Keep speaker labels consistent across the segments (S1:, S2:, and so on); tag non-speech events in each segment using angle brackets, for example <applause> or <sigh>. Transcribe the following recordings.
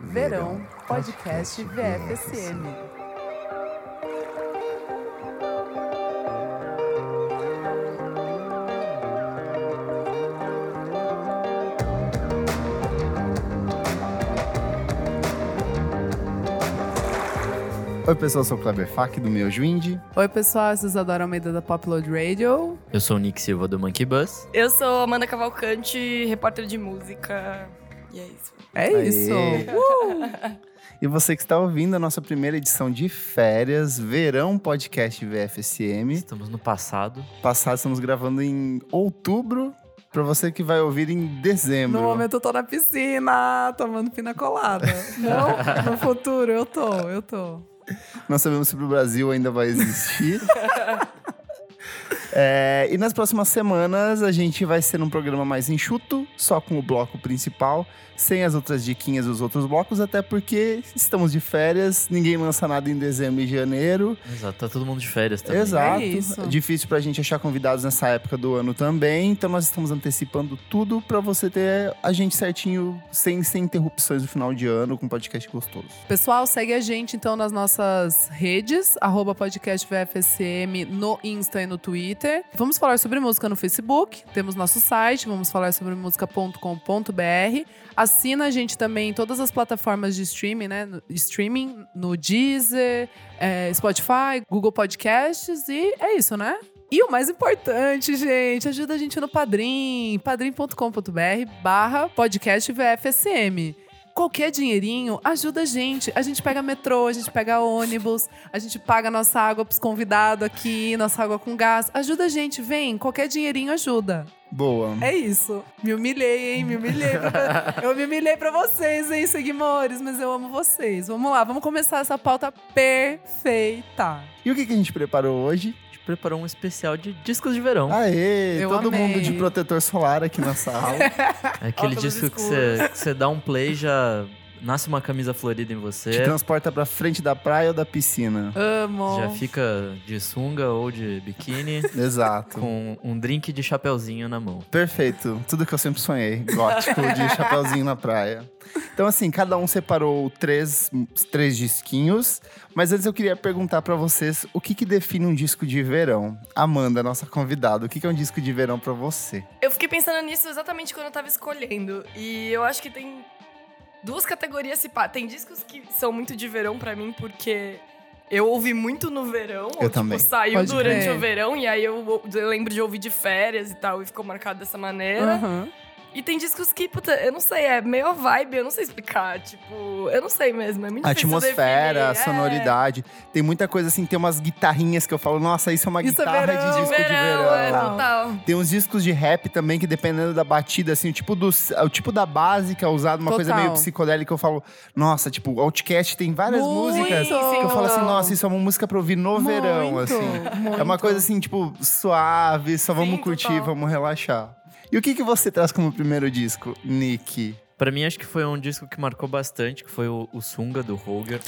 S1: Verão Podcast VFSM.
S2: Oi, pessoal, eu sou o Kleber Fak do Miojo Indie.
S1: Oi, pessoal, eu sou Isadora Almeida da Popload Radio.
S3: Eu sou o Nick Silva do Monkey Bus.
S4: Eu sou Amanda Cavalcante, repórter de música. E é isso.
S1: É
S2: Aê.
S1: isso!
S2: E você que está ouvindo a nossa primeira edição de férias, Verão Podcast VFSM.
S3: Estamos no passado.
S2: Passado, estamos gravando em outubro, para você que vai ouvir em dezembro.
S1: No momento eu tô na piscina, tomando pina colada. Não, no futuro eu tô, eu tô.
S2: Não sabemos se o Brasil ainda vai existir. É, e nas próximas semanas a gente vai ser um programa mais enxuto, só com o bloco principal, sem as outras diquinhas dos outros blocos, até porque estamos de férias, ninguém lança nada em dezembro e janeiro.
S3: Exato, tá todo mundo de férias também.
S2: Exato.
S1: É isso.
S2: É difícil pra gente achar convidados nessa época do ano também, então nós estamos antecipando tudo pra você ter a gente certinho, sem, sem interrupções no final de ano, com um podcast gostoso.
S1: Pessoal, segue a gente então nas nossas redes, arroba podcast VFSM no Insta e no Twitter. Vamos falar sobre música no Facebook, temos nosso site, vamos falar sobre música.com.br. Assina a gente também em todas as plataformas de streaming, né? No, streaming, no Deezer, eh, Spotify, Google Podcasts e é isso, né? E o mais importante, gente, ajuda a gente no Padrim, padrim.com.br barra podcast VFSM. Qualquer dinheirinho ajuda a gente. A gente pega metrô, a gente pega ônibus, a gente paga nossa água pros convidados aqui, nossa água com gás. Ajuda a gente, vem. Qualquer dinheirinho ajuda.
S2: Boa.
S1: É isso. Me humilhei, hein? Me humilhei. pra- Eu me humilhei pra vocês, hein, seguimores? Mas eu amo vocês. Vamos lá, vamos começar essa pauta perfeita.
S2: E o que, que a gente preparou hoje?
S3: A gente preparou um especial de discos de verão.
S4: Ah,
S2: Aê!
S1: Eu
S2: todo
S1: amei.
S2: mundo de protetor solar aqui na sala.
S1: <laughs>
S3: É Aquele
S4: Óculos
S3: disco que
S4: escuros.
S3: você, que você dá um play já nasce uma camisa florida em você.
S2: Te transporta pra frente da praia ou
S1: <laughs>
S2: da piscina.
S1: Amo.
S3: Já fica de sunga ou de
S4: <laughs>
S3: biquíni
S2: Exato.
S3: com um drink de chapeuzinho na mão.
S2: Perfeito. Tudo que eu sempre sonhei. Gótico,
S4: <laughs>
S2: de chapeuzinho na praia. Então, assim, cada um separou três, três disquinhos. Mas antes eu queria perguntar pra vocês o que, que define um disco de verão. Amanda, nossa convidada, o que, que é um disco de verão pra você?
S4: Eu fiquei pensando nisso exatamente quando eu tava escolhendo. E eu acho que tem duas categorias se pá. Tem discos que são muito de verão pra mim, porque eu ouvi muito no verão. ou,
S2: Eu também.
S4: Tipo, saiu
S1: Pode
S4: durante
S1: crer.
S4: o verão, e aí eu, eu lembro de ouvir de férias e tal, e ficou marcado dessa maneira.
S1: Aham.
S4: E tem discos que, puta, eu não sei, é meio a vibe, eu não sei explicar. Tipo, eu não sei mesmo, é muito
S2: A
S4: difícil
S2: atmosfera, a
S4: definir, é.
S2: sonoridade. Tem muita coisa assim, tem umas guitarrinhas que eu falo, nossa, isso é uma
S1: Isso é
S2: guitarra de
S1: verão,
S2: disco de
S4: Verão,
S2: verão.
S4: é total.
S2: Tem uns discos de rap também que dependendo da batida, assim, o tipo, do, o tipo da base que é usado, uma coisa
S1: Total.
S2: meio psicodélica, eu falo, nossa, tipo, Outcast tem várias
S1: Muito!
S2: músicas que eu falo assim, nossa, isso é uma música pra ouvir no
S1: Muito,
S2: verão, assim.
S1: muito.
S2: É uma coisa assim, tipo, suave, só vamos
S4: Sim,
S2: curtir,
S4: total.
S2: vamos relaxar. E o que, que você traz como primeiro disco, Nick?
S3: Pra mim, acho que foi um disco que marcou bastante, que foi o, o Sunga do Roger.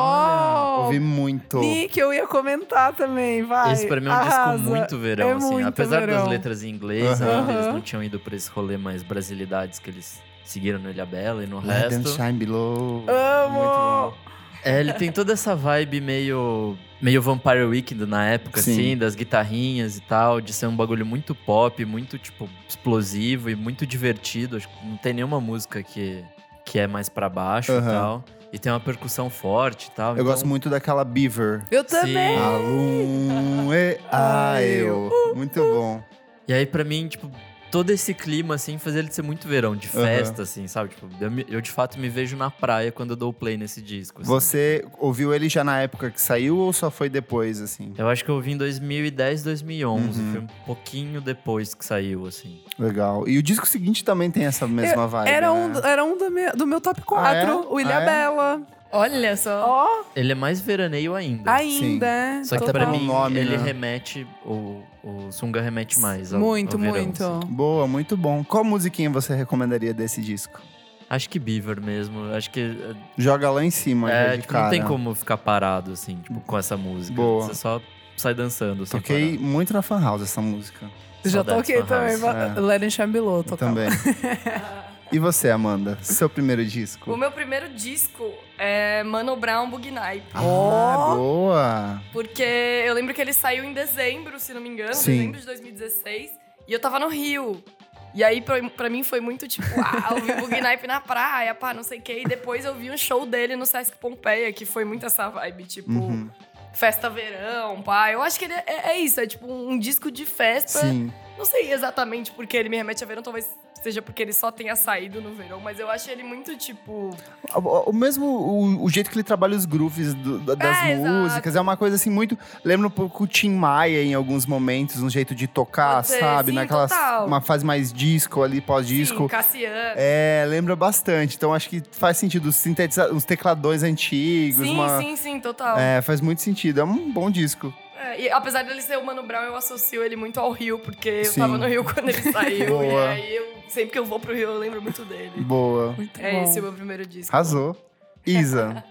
S1: Oh!
S2: Ouvi muito.
S1: Nick, eu ia comentar também, vai.
S3: Esse pra mim é um
S1: Arrasa.
S3: disco muito verão,
S1: É
S3: assim.
S1: muito
S3: Apesar
S1: verão.
S3: das letras em inglês,
S2: Aham.
S3: né, eles não
S1: Aham.
S3: tinham ido pra esse rolê mais brasilidades que eles seguiram no Ilha Bela e no
S2: Let them
S3: resto.
S2: shine below.
S1: Amo!
S2: Muito bom.
S3: É, ele tem toda essa vibe meio meio Vampire Weekend na época,
S2: Sim.
S3: assim, das guitarrinhas e tal, de ser um bagulho muito pop, muito, tipo, explosivo e muito divertido. Acho que não tem nenhuma música que, que é mais pra baixo e
S2: Aham.
S3: tal. E tem uma percussão forte e tal.
S2: Eu gosto muito daquela Beaver.
S1: Eu
S3: Sim.
S1: também.
S2: Alum e a eu. Muito bom.
S3: E aí, pra mim, tipo, todo esse clima, assim, faz ele ser muito verão, de
S2: Aham.
S3: festa, assim, sabe? Tipo, eu, me- eu, de fato me vejo na praia quando eu dou o play nesse disco. assim.
S2: Você ouviu ele já na época que saiu ou só foi depois, assim?
S3: Eu acho que eu ouvi em 2010, 2011.
S2: Uhum.
S3: Foi um pouquinho depois que saiu, assim.
S2: Legal. E o disco seguinte também tem essa mesma vibe.
S1: Era
S2: né?
S1: um, era um do meu, do meu top 4,
S2: Ah, é?
S1: o Ilha
S2: Ah, é?
S1: Bela.
S4: Olha só.
S1: Ó,
S3: Ele é mais veraneio ainda.
S1: ainda, é.
S3: Só que tá
S2: Até
S3: pra
S2: pelo
S3: mim,
S2: nome,
S3: ele
S2: né?
S3: remete, o, o Sunga remete mais ao,
S1: Muito,
S3: ao verão,
S1: muito.
S3: assim.
S2: Boa, muito bom. Qual musiquinha você recomendaria desse disco?
S3: Acho que Beaver mesmo, acho que... é,
S2: Joga lá em cima, já
S3: É,
S2: de
S3: tipo,
S2: cara.
S3: não tem como ficar parado, assim, tipo, com essa música.
S2: Boa.
S3: Você só sai dançando, assim, sem
S2: Toquei
S3: parar.
S2: muito na Fan House essa música.
S1: Já
S3: Saudades
S1: toquei
S3: da
S2: É.
S1: também.
S3: House.
S2: <laughs>
S1: Larry Chambilot tocava.
S2: Também. E você, Amanda? Seu primeiro disco?
S4: O meu primeiro disco é Mano Brown Bug Night.
S2: Ah, boa!
S4: Porque eu lembro que ele saiu em dezembro, se não me engano,
S2: Sim.
S4: dezembro de 2016. E eu tava no Rio. E aí, pra, pra mim, foi
S2: <laughs>
S4: muito tipo, ah, eu vi o Bugnipe na praia, pá, não sei o quê. E depois eu vi um show dele no Sesc Pompeia, que foi muito essa vibe, tipo,
S2: Uhum,
S4: festa verão, pá. Eu acho que ele é, é isso, é tipo um disco de festa.
S2: Sim.
S4: Não sei exatamente porque ele me remete a verão, talvez seja porque ele só tenha saído no verão, mas eu acho ele muito, tipo,
S2: O, o mesmo o, o jeito que ele trabalha os grooves do- da- das
S4: É, exato.
S2: músicas é uma coisa assim muito. Lembra um pouco o Tim Maia em alguns momentos, um jeito de tocar,
S4: Pode ser,
S2: sabe?
S4: sim,
S2: Naquela
S4: total.
S2: uma fase mais disco ali,
S4: sim,
S2: pós-disco.
S4: Cassiano.
S2: É, lembra bastante. Então acho que faz sentido os sintetizadores, uns tecladões antigos,
S4: Sim,
S2: uma-
S4: sim, sim, total.
S2: É, faz muito sentido. É um bom disco.
S4: É, e apesar dele ser o Mano Brown, eu associo ele muito ao Rio, porque eu
S2: Sim.
S4: tava no Rio <laughs> quando ele saiu. né, e
S2: Boa.
S4: aí, eu, sempre que eu vou pro Rio, eu lembro muito dele.
S2: Boa.
S1: Muito
S4: É
S1: bom.
S4: esse o meu primeiro disco.
S2: Arrasou.
S1: <laughs>
S2: Isa.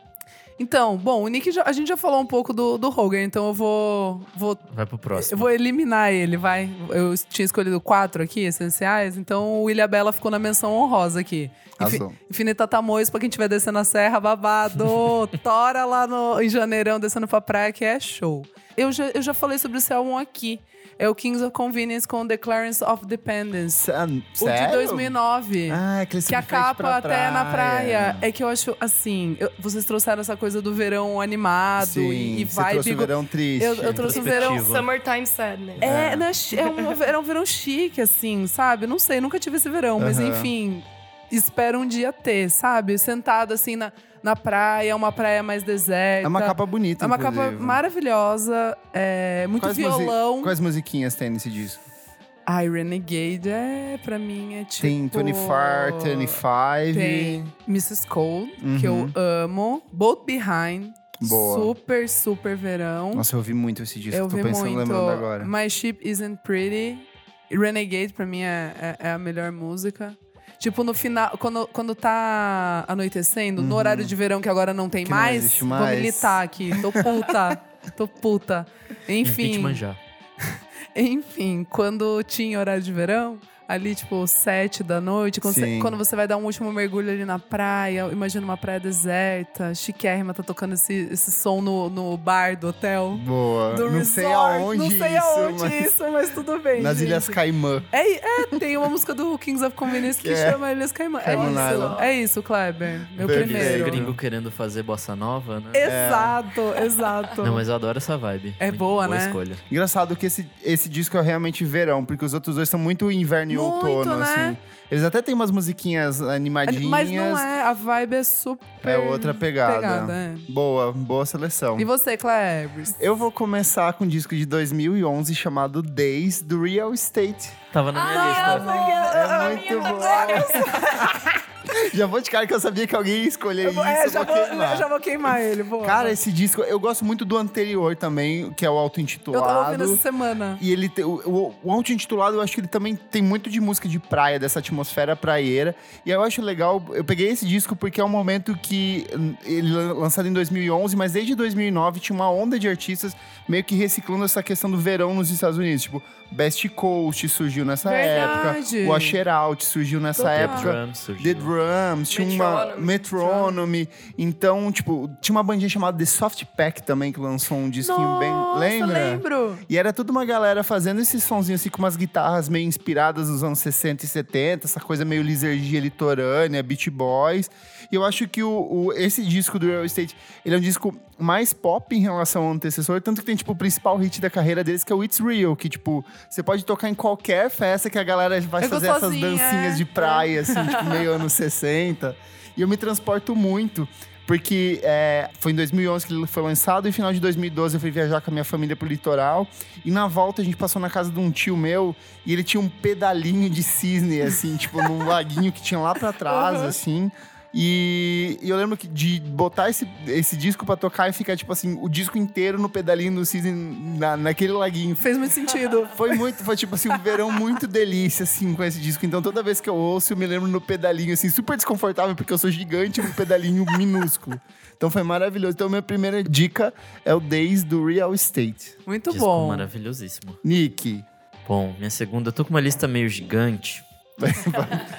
S1: Então, bom, o Nick, já- a gente já falou um pouco do, do Hogan, então eu vou, vou
S3: Vai pro
S1: Eu
S3: próximo.
S1: vou eliminar ele, vai. Eu tinha escolhido quatro aqui, essenciais, então o Ilha Bela ficou na menção honrosa aqui. Infi-
S2: Arrasou.
S1: Infinita Tamoios, pra quem estiver descendo a serra,
S2: <laughs>
S1: babado. Tora lá no, em Janeirão, descendo pra praia, que é show. Eu já, eu já falei sobre esse álbum aqui. É o Kings of Convenience com Declarance of Dependence.
S2: Sé-
S1: O de
S2: sério?
S1: 2009.
S2: Ah, aquele
S1: Que a
S2: subfeito
S1: capa
S2: pra
S1: até na praia. É que eu acho assim, eu- vocês trouxeram essa coisa do verão animado
S2: Sim,
S1: Ah, e, e
S2: você trouxe
S1: vibe.
S2: o verão triste.
S1: Eu- eu trouxe um verão
S3: Perspectiva.
S4: Summertime Sadness.
S1: é, né, chi- é um, era um verão chique, assim, sabe? Não sei, nunca tive esse verão, mas
S2: Aham.
S1: enfim, espero um dia ter, sabe? Sentado assim na, na praia, uma praia mais deserta.
S2: É uma capa bonita,
S1: É uma capa
S2: inclusive.
S1: maravilhosa, é, muito
S2: Quais musi-
S1: violão.
S2: Quais musiquinhas tem nesse disco?
S1: Ai, Renegade é, pra mim, é tipo.
S2: Tem 24, 25.
S1: Tem Mrs. Cold, que eu
S2: Uhum.
S1: amo. Both Behind.
S2: Boa.
S1: Super, super verão.
S2: Nossa, eu ouvi muito esse disco.
S1: Eu
S2: Tô
S1: vi
S2: pensando,
S1: muito.
S2: lembrando agora.
S1: My Ship Isn't Pretty. Renegade, pra mim, é, é- é a melhor música. Tipo, no final, quando, quando tá anoitecendo, no
S2: Uhum.
S1: horário de verão, que agora não tem
S2: Que não
S1: mais,
S2: existe
S1: vou
S2: mais.
S1: militar aqui. Tô
S2: <laughs>
S1: puta. tô puta. Enfim.
S3: Impeachment já.
S1: Enfim, quando tinha horário de verão, ali, tipo, sete da noite, quando você,
S2: Sim.
S1: quando você vai dar um último mergulho ali na praia, imagina uma praia deserta, chiquérrima, tá tocando esse, esse som no, no bar do hotel
S2: Boa.
S1: do
S2: não
S1: resort.
S2: sei aonde
S1: não sei
S2: isso,
S1: aonde
S2: mas-
S1: isso, mas tudo bem.
S2: Nas
S1: gente.
S2: Ilhas Caimã.
S1: É, é, tem uma música do Kings of Convenience que,
S2: Que é.
S1: chama Ilhas Caimã. É
S2: Caimã É
S1: isso,
S2: Nylon.
S1: é isso, Kleber. Meu
S2: Perfeito.
S3: Esse
S1: primeiro. É.
S3: gringo querendo fazer bossa nova, né?
S1: Exato, exato.
S3: Não, mas eu adoro essa vibe.
S1: É
S3: Muito
S1: boa, né?
S3: escolha.
S2: Engraçado que esse, esse disco é realmente verão, porque os outros dois são muito inverno e
S1: Muito,
S2: outono,
S1: né?
S2: assim. Eles até têm umas musiquinhas animadinhas.
S1: Mas não é, a vibe é super.
S2: É outra pegada.
S1: pegada, é.
S2: Boa, boa seleção.
S1: E você, Kleber?
S2: Eu vou começar com um disco de 2011 chamado Days, do Real Estate.
S3: Tava na
S1: Ah,
S3: minha lista.
S2: É muito bom. já vou de cara que eu sabia que alguém ia escolher isso.
S1: É,
S2: eu
S1: já
S2: vou
S1: vou,
S2: queimar.
S1: já vou queimar ele. Boa.
S2: Cara, esse disco, eu gosto muito do anterior também, que é
S1: eu tava
S2: o
S1: ouvindo
S2: auto-intitulado.
S1: essa semana.
S2: E ele tem, o, o, o auto-intitulado, eu acho que ele também tem muito de música de praia, dessa atmosfera praieira. E eu acho legal, eu peguei esse disco porque é um momento que hum, ele lan- lançado em 2011, mas desde 2009 tinha uma onda de artistas meio que reciclando essa questão do verão nos Estados Unidos. Tipo, Best Coast surgiu nessa
S1: Verdade.
S2: época, Washer Out surgiu nessa
S1: Total.
S2: época.
S3: Drum
S2: The
S3: surgiu.
S2: Drums, tinha uma
S4: Metronomy.
S2: Metronomy. Então, tipo, tinha uma bandinha chamada The Soft Pack também, que lançou um disquinho
S1: Nossa,
S2: bem. Lembra?
S1: lembro.
S2: E era toda uma galera fazendo esses sonzinhos assim com umas guitarras meio inspiradas dos anos 60 e 70, essa coisa meio lisergia litorânea, Beach Boys. E eu acho que o, o- esse disco do Real Estate, ele é um disco mais pop em relação ao antecessor, tanto que tem, tipo, o principal hit da carreira deles, que é o It's Real, que, tipo, você pode tocar em qualquer festa que a galera vai
S1: É
S2: fazer essas
S1: gostosinha,
S2: dancinhas de praia, assim, tipo, meio anos 60. E eu me transporto muito. Porque é, foi em 2011 que ele foi lançado e no final de 2012 eu fui viajar com a minha família pro litoral. E na volta a gente passou na casa de um tio meu e ele tinha um pedalinho de cisne, assim, <laughs> tipo, num laguinho que tinha lá pra trás,
S1: Uhum.
S2: assim. E, e eu lembro que de botar esse, esse disco pra tocar e ficar, tipo assim, o disco inteiro no pedalinho do cisne na- naquele laguinho.
S1: Fez muito sentido.
S2: Foi muito, foi tipo assim, um verão muito delícia, assim, com esse disco. Então toda vez que eu ouço, eu me lembro no pedalinho, assim, super desconfortável, porque eu sou gigante num pedalinho minúsculo. Então foi maravilhoso. Então, minha primeira dica é o Days do Real Estate.
S1: Muito
S3: Disco
S1: bom.
S3: maravilhosíssimo.
S2: Nick.
S1: <laughs>
S3: Bom, minha segunda, eu tô com uma lista meio gigante.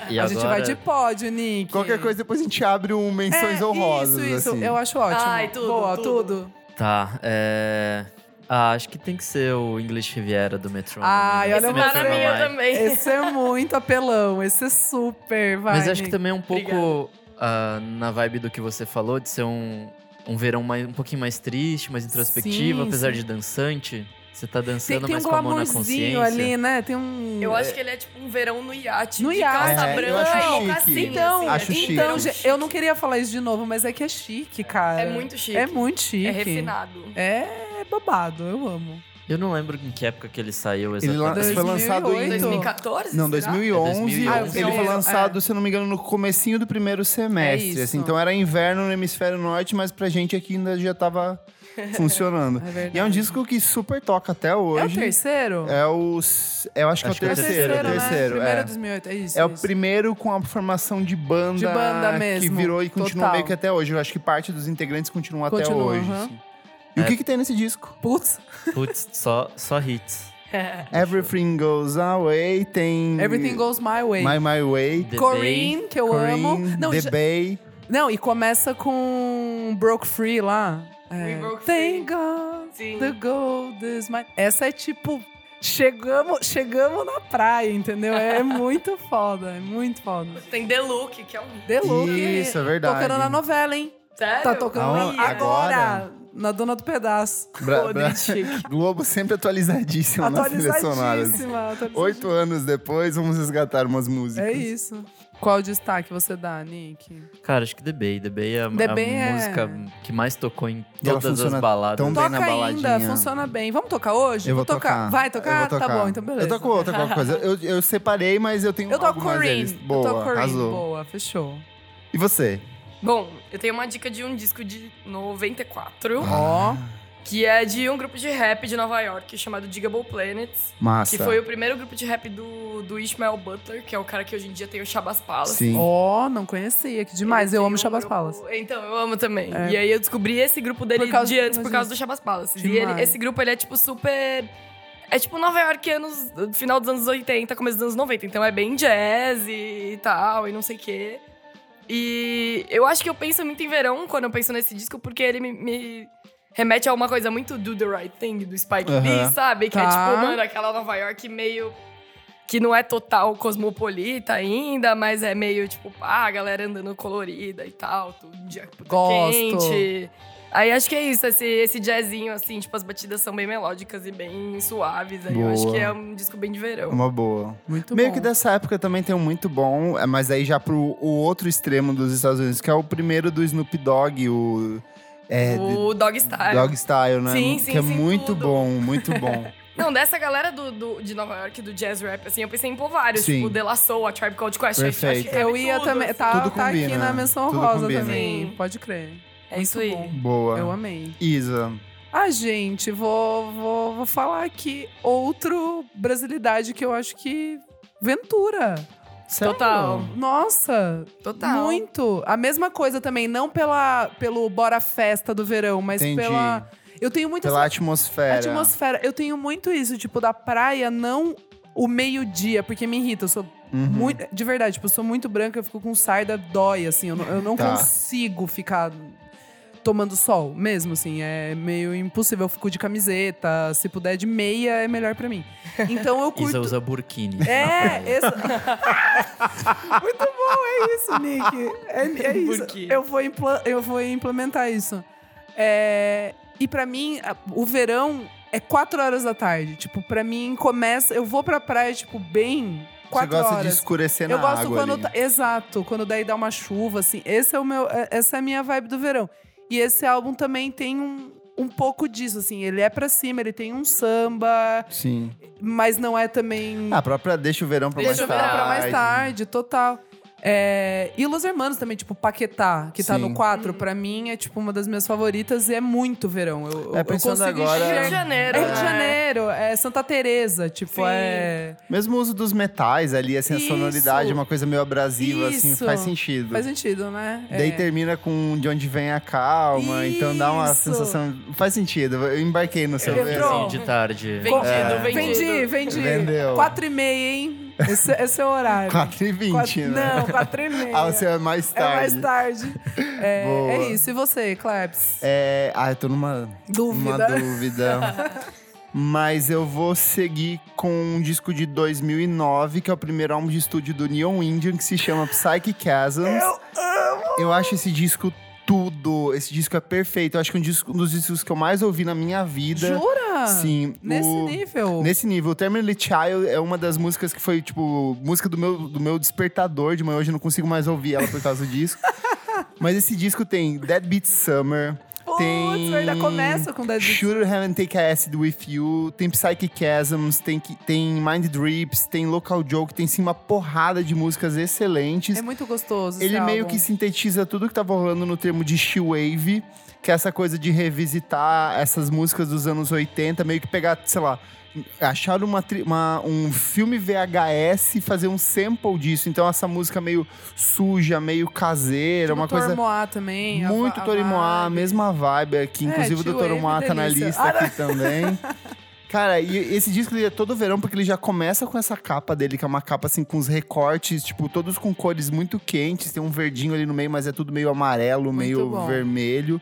S3: E
S1: a
S3: agora,
S1: gente vai de pódio, Nick.
S2: Qualquer coisa, depois a gente abre um
S1: É,
S2: menções
S1: isso,
S2: honrosas.
S1: isso.
S2: assim.
S1: Eu acho ótimo.
S4: Ai, tudo,
S1: Boa, tudo.
S4: tudo. <laughs>
S3: Tá, é... Ah, acho que tem que ser o English Riviera do Metro.
S2: é
S1: Ai, olha
S4: Esse
S1: o
S4: tá na
S1: Metrônomo.
S4: minha também.
S1: Esse é muito apelão. Esse é super, vai.
S3: Mas acho que
S1: Nick.
S3: também é um pouco ah, na vibe do que você falou, de ser um, um verão mais, um pouquinho mais triste, mais introspectivo,
S1: Sim,
S3: apesar
S1: sim.
S3: de dançante. Você tá
S1: tem,
S3: dançando
S1: tem um
S3: mais com a mão na
S1: glamourzinho
S3: consciência.
S1: ali, né? Tem um.
S4: Eu acho que ele é tipo um verão no iate.
S1: No
S4: de
S1: iate.
S4: calça
S1: É, eu
S4: branca
S1: acho
S4: e
S2: chique.
S4: mocassim,
S1: Então,
S4: assim,
S2: acho
S4: é tipo
S1: então
S4: verão
S1: gente, eu não queria falar isso de novo, mas é que é chique, cara.
S4: É muito chique.
S1: É muito chique.
S4: É refinado.
S1: É babado, eu amo. é
S3: Eu não lembro em que época que ele saiu
S2: Ele lan-
S3: exatamente.
S2: foi
S1: 2008.
S2: lançado em.
S4: 2014?
S2: Não,
S4: será?
S2: 2011.
S3: É
S2: Ele
S4: 2011,
S2: foi lançado, se eu não me engano, no comecinho do primeiro
S1: Ah, É
S2: semestre.
S1: isso.
S2: assim. então era inverno no hemisfério norte, mas pra gente aqui ainda
S1: <laughs>
S2: já tava funcionando.
S1: É verdade.
S2: E é um disco que super toca até
S1: É o
S2: hoje.
S1: terceiro?
S2: É o. s- Eu acho que
S3: Acho
S2: é o
S3: que
S2: terceiro.
S1: né?
S2: terceiro, é.
S1: Primeiro é 2008, é isso.
S2: É o
S1: isso.
S2: primeiro com a formação de banda,
S1: De banda
S2: que
S1: mesmo,
S2: virou e continua
S1: total.
S2: meio que até hoje. Eu acho que parte dos integrantes continuam até
S1: Continua,
S2: hoje.
S1: aham.
S2: assim. E o que, que tem nesse disco?
S1: Putz,
S3: Putz, só, só hits.
S2: Everything Goes Away, tem.
S1: Everything Goes My Way.
S2: My My Way,
S3: The
S1: Corinne, que eu
S2: Hum. Corinne,
S1: amo. Não,
S2: The
S1: já-
S2: Bay.
S1: não, e começa com Broke Free lá. É,
S4: We Broke Free.
S1: Thank God
S4: Sim.
S1: the gold is my... Essa é tipo... Chegamos, chegamos na praia, entendeu?
S4: <laughs>
S1: É muito foda, é muito foda.
S4: Tem The Look, que é um...
S1: The Look,
S2: Isso, é verdade.
S1: Tocando na novela, hein?
S4: Sério?
S1: Tá tocando
S2: Ah,
S1: agora,
S2: agora?
S1: na Dona do Pedaço.
S2: Bra-
S4: Podre,
S2: bra- <laughs>
S4: chique.
S2: Globo sempre atualizadíssima na trilha sonora.
S1: Atualizadíssima.
S2: Oito anos depois, vamos resgatar umas músicas.
S1: É isso. Qual destaque você dá, Nick?
S3: Cara, acho que The Bay. The Bay é a,
S1: The
S3: a
S1: Bay é-
S3: música que mais tocou em
S2: E ela
S3: todas as
S2: funciona
S3: baladas.
S2: tão bem
S1: Toca
S2: na
S1: ainda,
S2: baladinha.
S1: funciona bem. Vamos tocar hoje?
S2: Eu vou tocar.
S1: Vai
S2: Eu
S1: tocar?
S2: vou
S1: Tá bom, então beleza.
S2: Eu toco outra qualquer coisa. Eu, eu separei, mas eu tenho
S1: Eu toco
S2: algumas deles.
S1: Corinne.
S2: Boa,
S1: eu toco Corinne.
S2: arrasou.
S1: Boa, fechou.
S2: E você?
S4: Bom, eu tenho uma dica de um disco de 94,
S1: Ó,
S2: Ah,
S4: que é de um grupo de rap de Nova York chamado Digable Planets,
S2: Massa.
S4: que foi o primeiro grupo de rap do, do Ishmael Butler, que é o cara que hoje em dia tem o Shabazz Palace.
S2: Sim.
S1: ó, não conhecia. Que demais. Eu
S4: Ele tem
S1: amo
S4: um
S1: Chabas
S4: grupo-
S1: Palas. É.
S4: Então, eu amo também. E aí eu descobri esse grupo dele
S1: Por causa-
S4: de antes por
S1: mas
S4: causa
S1: isso-
S4: do Chabas Palace. E
S1: Demais.
S4: ele- esse grupo, ele é tipo super... É tipo Nova York anos... Final dos anos 80, começo dos anos 90. Então é bem jazz e tal, e não sei o quê. E eu acho que eu penso muito em verão quando eu penso nesse disco, porque ele me... me Remete a uma coisa muito do the right thing, do Spike Lee,
S2: Aham.
S4: sabe? Que <laughs> é
S1: Tá.
S4: tipo, mano, aquela Nova York meio que não é total cosmopolita ainda, mas é meio tipo, ah, a galera andando colorida e tal, tudo um dia puta
S1: Gosto.
S4: quente. Aí acho que é isso, esse, esse jazzinho, assim, tipo, as batidas são bem melódicas e bem suaves. Aí eu acho
S2: Boa.
S4: que é um disco bem de verão.
S2: Uma boa.
S1: Muito
S2: Meio
S1: bom.
S2: que dessa época também tem um muito bom, é, mas aí já pro o outro extremo dos Estados Unidos, que é o primeiro do Snoop Dogg, o. É,
S4: o Dog
S2: The
S4: Star.
S2: Dog Style, né?
S4: Sim, sim,
S2: que é
S4: sim,
S2: muito
S4: tudo.
S2: bom, muito
S1: <laughs>
S2: bom.
S4: Não, dessa galera do, do- de Nova York, do jazz rap, assim, eu pensei em pôr vários.
S2: Sim.
S4: Tipo, De La Soul, a Tribe Called Quest. acho- acho que
S2: Perfeito.
S4: cabe
S1: Eu ia
S4: tudo,
S1: também.
S4: assim.
S1: Tá,
S2: Tudo
S1: tá aqui
S2: combina, né?
S1: na menção
S2: tudo
S1: rosa
S2: combina.
S1: também.
S4: Sim.
S1: Pode crer.
S4: É
S1: Muito
S4: isso aí.
S1: bom.
S2: Boa.
S1: Eu amei.
S2: Isa.
S1: Ah, gente, vou, vou, vou falar aqui outro brasilidade que eu acho que. Ventura.
S2: sério?
S4: Total.
S1: Nossa,
S4: Total.
S1: muito. A mesma coisa também, não pela, pelo Bora Festa do verão, mas
S2: Entendi.
S1: pela. Eu tenho muito
S2: Pela
S1: essa
S2: atmosfera.
S1: atmosfera. Eu tenho muito isso, tipo, da praia, não o meio-dia, porque me irrita. Eu sou
S2: Uhum.
S1: muito. De verdade, tipo, eu sou muito branca, eu fico com sarda, dói, assim. Eu não, eu não
S2: Tá.
S1: consigo ficar tomando sol mesmo, assim. É meio impossível. Eu fico de camiseta, se puder de meia, é melhor pra mim. Então
S3: <laughs>
S1: eu
S3: Isa
S1: curto.
S3: usa burkini. na praia.
S1: É,
S2: <laughs>
S1: esse... muito bom, é isso, Nick. É,
S2: <laughs>
S1: é isso.
S4: Por quê?
S1: Eu vou, impla- eu vou implementar isso. É, E pra mim, a- o verão é quatro horas da tarde. Tipo, pra mim começa. Eu vou pra praia, tipo, bem.
S2: Você
S1: Quatro
S2: gosta de
S1: horas.
S2: escurecer
S1: eu
S2: na
S1: gosto
S2: água
S1: quando.
S2: ali.
S1: tá- Exato, quando daí dá uma chuva, assim. Esse é o meu. é- Essa é a minha vibe do verão. E esse álbum também tem um, um pouco disso, assim. Ele é pra cima, ele tem um samba,
S2: Sim.
S1: mas não é também.
S2: Ah, A própria deixa o verão pra
S4: Deixa
S2: mais
S4: o verão
S2: tarde.
S1: Pra mais tarde, total. É, e Los Hermanos também, tipo, Paquetá, que tá
S2: Sim.
S1: no 4, pra mim é tipo uma das minhas favoritas e é muito verão. Eu, eu-
S2: É,
S1: eu
S2: pensando
S1: consigo
S2: agora-
S4: Rio de
S1: enxergar.
S4: Janeiro.
S1: É Rio de
S4: né?
S1: Janeiro, é Santa Teresa, tipo,
S4: Sim.
S1: é.
S2: Mesmo o uso dos metais ali, assim, a
S1: Isso.
S2: sonoridade, uma coisa meio abrasiva, assim,
S1: Isso.
S2: faz sentido.
S1: Faz sentido, né? É.
S2: Daí termina com de onde vem a calma, então dá uma
S1: Isso.
S2: sensação. Faz sentido, eu embarquei no seu
S1: Entrou.
S2: verão.
S3: Assim, de tarde.
S4: Vendido,
S2: É.
S4: vendido.
S1: Vendi, vendi.
S2: Vendeu.
S1: 4 e meia, hein? Esse, esse é o horário.
S2: 4h20,
S1: Quatro-
S2: né?
S1: Não, 4 e meia.
S2: <laughs> Ah, você é mais
S1: É mais
S2: tarde.
S1: tarde. É,
S2: Boa.
S1: é isso. E você, Klebs?
S2: É, ah, eu tô numa
S1: Dúvida?
S2: Uma dúvida.
S1: <laughs>
S2: Mas eu vou seguir com um disco de 2009, que é o primeiro álbum de estúdio do Neon Indian, que se chama Psyche Chasms. Eu amo! Eu acho esse disco tudo. Esse disco é perfeito. Eu acho que é um, disco- um dos discos que eu mais ouvi na minha vida.
S1: Jura?
S2: Sim.
S1: Nesse
S2: o-
S1: nível?
S2: Nesse nível, o Terminally Child é uma das músicas que foi, tipo, música do meu, do meu despertador de manhã. Hoje eu não consigo mais ouvir ela por
S1: <laughs>
S2: causa disso. Mas esse disco tem Dead Beat Summer,
S1: Putz,
S2: tem-
S1: eu ainda começa com 10
S2: Shooter Heaven Take Acid With You, tem Psychic Chasms, tem, que- tem Mind Drips, tem Local Joke, tem sim uma porrada de músicas excelentes.
S1: É muito gostoso. esse
S2: Ele meio
S1: álbum.
S2: que sintetiza tudo que tava rolando no termo de She-Wave, que é essa coisa de revisitar essas músicas dos anos 80, meio que pegar, sei lá, achar uma, tri- uma- um filme VHS e fazer um sample disso. Então essa música meio suja, meio caseira,
S1: Tipo
S2: uma coisa...
S1: Tormoá também. a va-
S2: Muito
S1: a
S2: Torimoá,
S1: vibe.
S2: mesma vibe aqui.
S1: É,
S2: Inclusive o
S1: Tio
S2: Dr.
S1: Wave,
S2: Moá tá na
S1: delícia.
S2: lista
S1: Ah, <laughs>
S2: aqui também. Cara, e esse disco ele é todo verão, porque ele já começa com essa capa dele, que é uma capa assim com os recortes, tipo, todos com cores muito quentes. Tem um verdinho ali no meio, mas é tudo meio amarelo, meio
S1: bom.
S2: vermelho.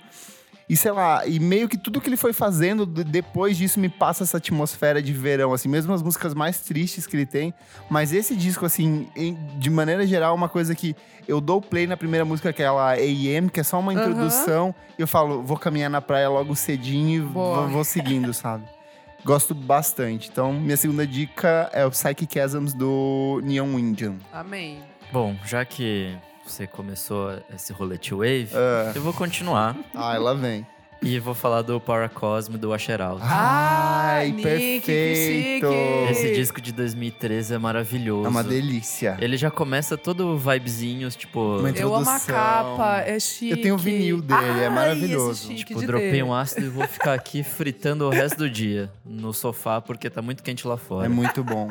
S2: E sei lá, e meio que tudo que ele foi fazendo d- depois disso me passa essa atmosfera de verão, assim, mesmo as músicas mais tristes que ele tem. Mas esse disco, assim, em- de maneira geral, é uma coisa que eu dou play na primeira música, que é aquela AM, que é só uma
S1: Aham.
S2: introdução, e eu falo, vou caminhar na praia logo cedinho e
S1: Boa.
S2: vou, vou
S1: <laughs>
S2: seguindo, sabe? Gosto bastante. Então, minha segunda dica é o Psyche Chasms do Neon Indian.
S1: Amém.
S3: Bom, já que você começou esse rolete wave,
S2: É.
S3: eu vou continuar
S2: Ah, ela vem.
S3: e vou falar do Paracosmo do Washer Out.
S1: Ai,
S2: Ai,
S1: Ah, Nick, que
S2: perfeito!
S1: chique!
S3: Esse disco de 2013 é maravilhoso.
S2: É uma delícia.
S3: Ele já começa todo vibezinhos, tipo,
S2: Muito
S1: Eu amo a
S2: Introdução.
S1: capa, é chique.
S2: tenho o vinil dele, é
S1: Ai, esse
S2: maravilhoso.
S1: chique
S3: tipo
S1: de
S3: dropei
S1: ter.
S3: um ácido e vou ficar aqui fritando o resto do dia no sofá porque tá muito quente lá fora.
S2: É muito bom.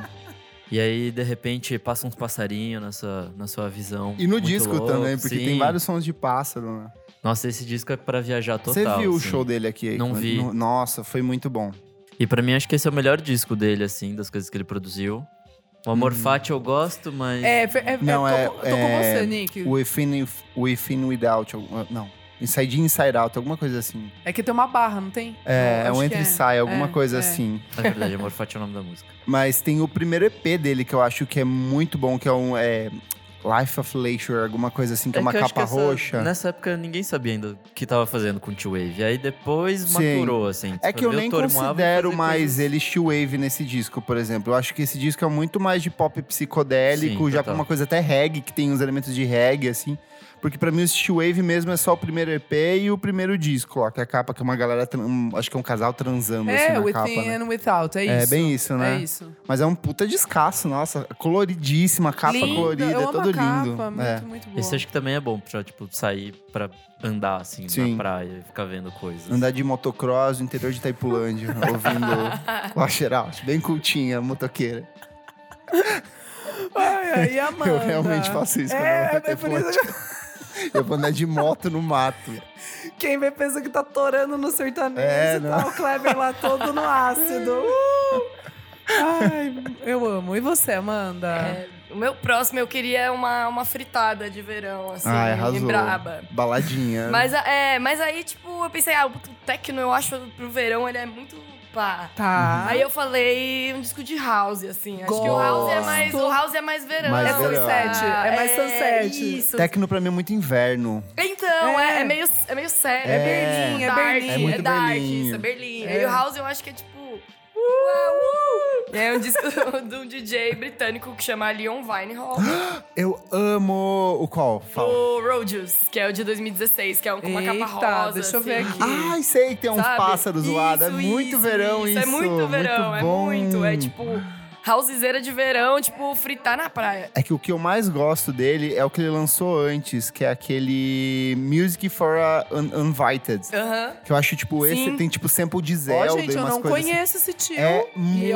S3: E aí, de repente, passa uns passarinhos na sua, na sua visão.
S2: E no
S3: Muito
S2: disco
S3: louco,
S2: também, porque
S3: sim.
S2: tem vários sons de pássaro, né?
S3: Nossa, esse disco é pra viajar total.
S2: Você viu o
S3: assim.
S2: show dele aqui?
S3: Não
S2: Heitor?
S3: vi.
S2: No- Nossa, foi muito bom.
S3: E pra mim, acho que esse é o melhor disco dele, assim, das coisas que ele produziu. O Amor
S2: Uhum.
S3: Fati eu gosto, mas.
S1: É, fe- é,
S2: Não,
S1: é,
S2: é-
S1: tô, com- tô com
S2: é-
S1: você, Nick.
S2: Within, Within Without, alguma- ah, não. Inside In, Inside Out, alguma coisa assim.
S1: É que tem uma barra, não tem?
S2: É,
S1: Eu
S2: é
S1: acho
S2: um
S1: que
S2: entre e sai, alguma
S1: é,
S2: coisa
S1: é.
S2: assim.
S3: Na verdade, Amor Fati é o nome da música.
S2: Mas tem o primeiro EP dele, que eu acho que é muito bom, que é um... é, Life of Leisure, alguma coisa assim, que é, uma
S3: que eu acho
S2: capa
S3: que essa-
S2: roxa.
S3: Nessa época ninguém sabia ainda o que tava fazendo com o T-Wave. Aí depois
S2: Sim.
S3: maturou, assim.
S2: É que eu
S3: Meu
S2: nem
S3: Tormoá vai
S2: considero
S3: fazer
S2: mais
S3: coisas-
S2: ele She-Wave nesse disco, por exemplo. Eu acho que esse disco é muito mais de pop psicodélico,
S3: Sim,
S2: já com
S3: total.
S2: uma coisa até reggae, que tem uns elementos de reggae, assim. Porque pra mim o She-Wave mesmo é só o primeiro EP e o primeiro disco, ó. Que é a capa que é uma galera... tran- um- acho que é um casal transando, assim,
S1: É,
S2: na
S1: within
S2: capa, né?
S1: and without, é isso.
S2: É bem isso, né?
S1: É isso.
S2: Mas é um puta descasso, nossa. Coloridíssima, capa
S1: Lindo,
S2: colorida,
S1: eu
S2: é
S1: amo
S2: todo
S1: a capa,
S2: lindo.
S1: Muito,
S2: É.
S1: muito bom.
S3: Esse acho que também é bom pra, tipo, sair pra andar, assim,
S2: Sim.
S3: na praia e ficar vendo coisas.
S2: Andar de motocross no interior
S1: <laughs>
S2: de Taipulândia, ouvindo Washer Out. Bem cultinha, motoqueira.
S1: Ai, ai, e a Amanda?
S2: <laughs> Eu realmente faço isso quando
S1: É,
S2: eu vou
S1: é
S2: ter
S1: por isso
S2: Eu vou andar de moto no mato.
S1: que quem vê pensa que tá torando no sertanejo
S2: É,
S1: e
S2: não.
S1: tá o Kleber lá todo no
S2: <laughs>
S1: ácido. Uh! Ai, eu amo. E você, Amanda?
S4: É, o meu próximo eu queria uma, uma fritada de verão, assim,
S2: Ai, arrasou.
S4: braba.
S2: Baladinha.
S4: Mas, a- é, mas aí, tipo, eu pensei, ah, o techno eu acho pro verão ele é muito pá.
S1: Tá.
S4: Aí eu falei um disco de house, assim. Acho que o house é mais.
S1: Gosto.
S4: O house é mais verão.
S2: Mais
S4: é
S2: verão.
S1: sunset, é mais sunset.
S4: Isso.
S2: Tecno pra mim é muito inverno.
S4: Então, é,
S1: É.
S4: é meio, é meio sério.
S2: É
S1: Berlim, é
S4: dark,
S1: Berlim. É
S2: muito
S4: dark,
S2: Berlim.
S4: isso, é Berlim.
S1: É.
S4: E o House eu acho que é tipo... uau, uh. É um disco <laughs> de um DJ britânico que chama
S2: <gasps>
S4: Leon Vinehall.
S2: Eu amo o qual? Fala.
S4: o Rodius, que é o de 2016, que é um com uma
S1: Eita,
S4: capa rosa.
S1: deixa eu ver
S4: assim.
S1: aqui.
S2: Ai, sei que tem uns
S4: Sabe?
S2: pássaros
S4: Isso,
S2: zoados. um É muito
S4: isso,
S2: verão isso.
S4: É muito verão, é
S2: bom.
S4: muito. É tipo, housezeira de verão, tipo, fritar na praia.
S2: É que o que eu mais gosto dele é o que ele lançou antes, que é aquele Music for a Un- Uninvited.
S4: Aham.
S2: Que eu acho, tipo, esse
S4: Sim.
S2: tem, tipo, sample de
S1: Ó,
S2: Zelda
S1: gente,
S2: e
S1: eu
S2: umas
S1: não
S2: coisas assim.
S1: conheço esse tio.
S2: É
S1: E,
S2: muito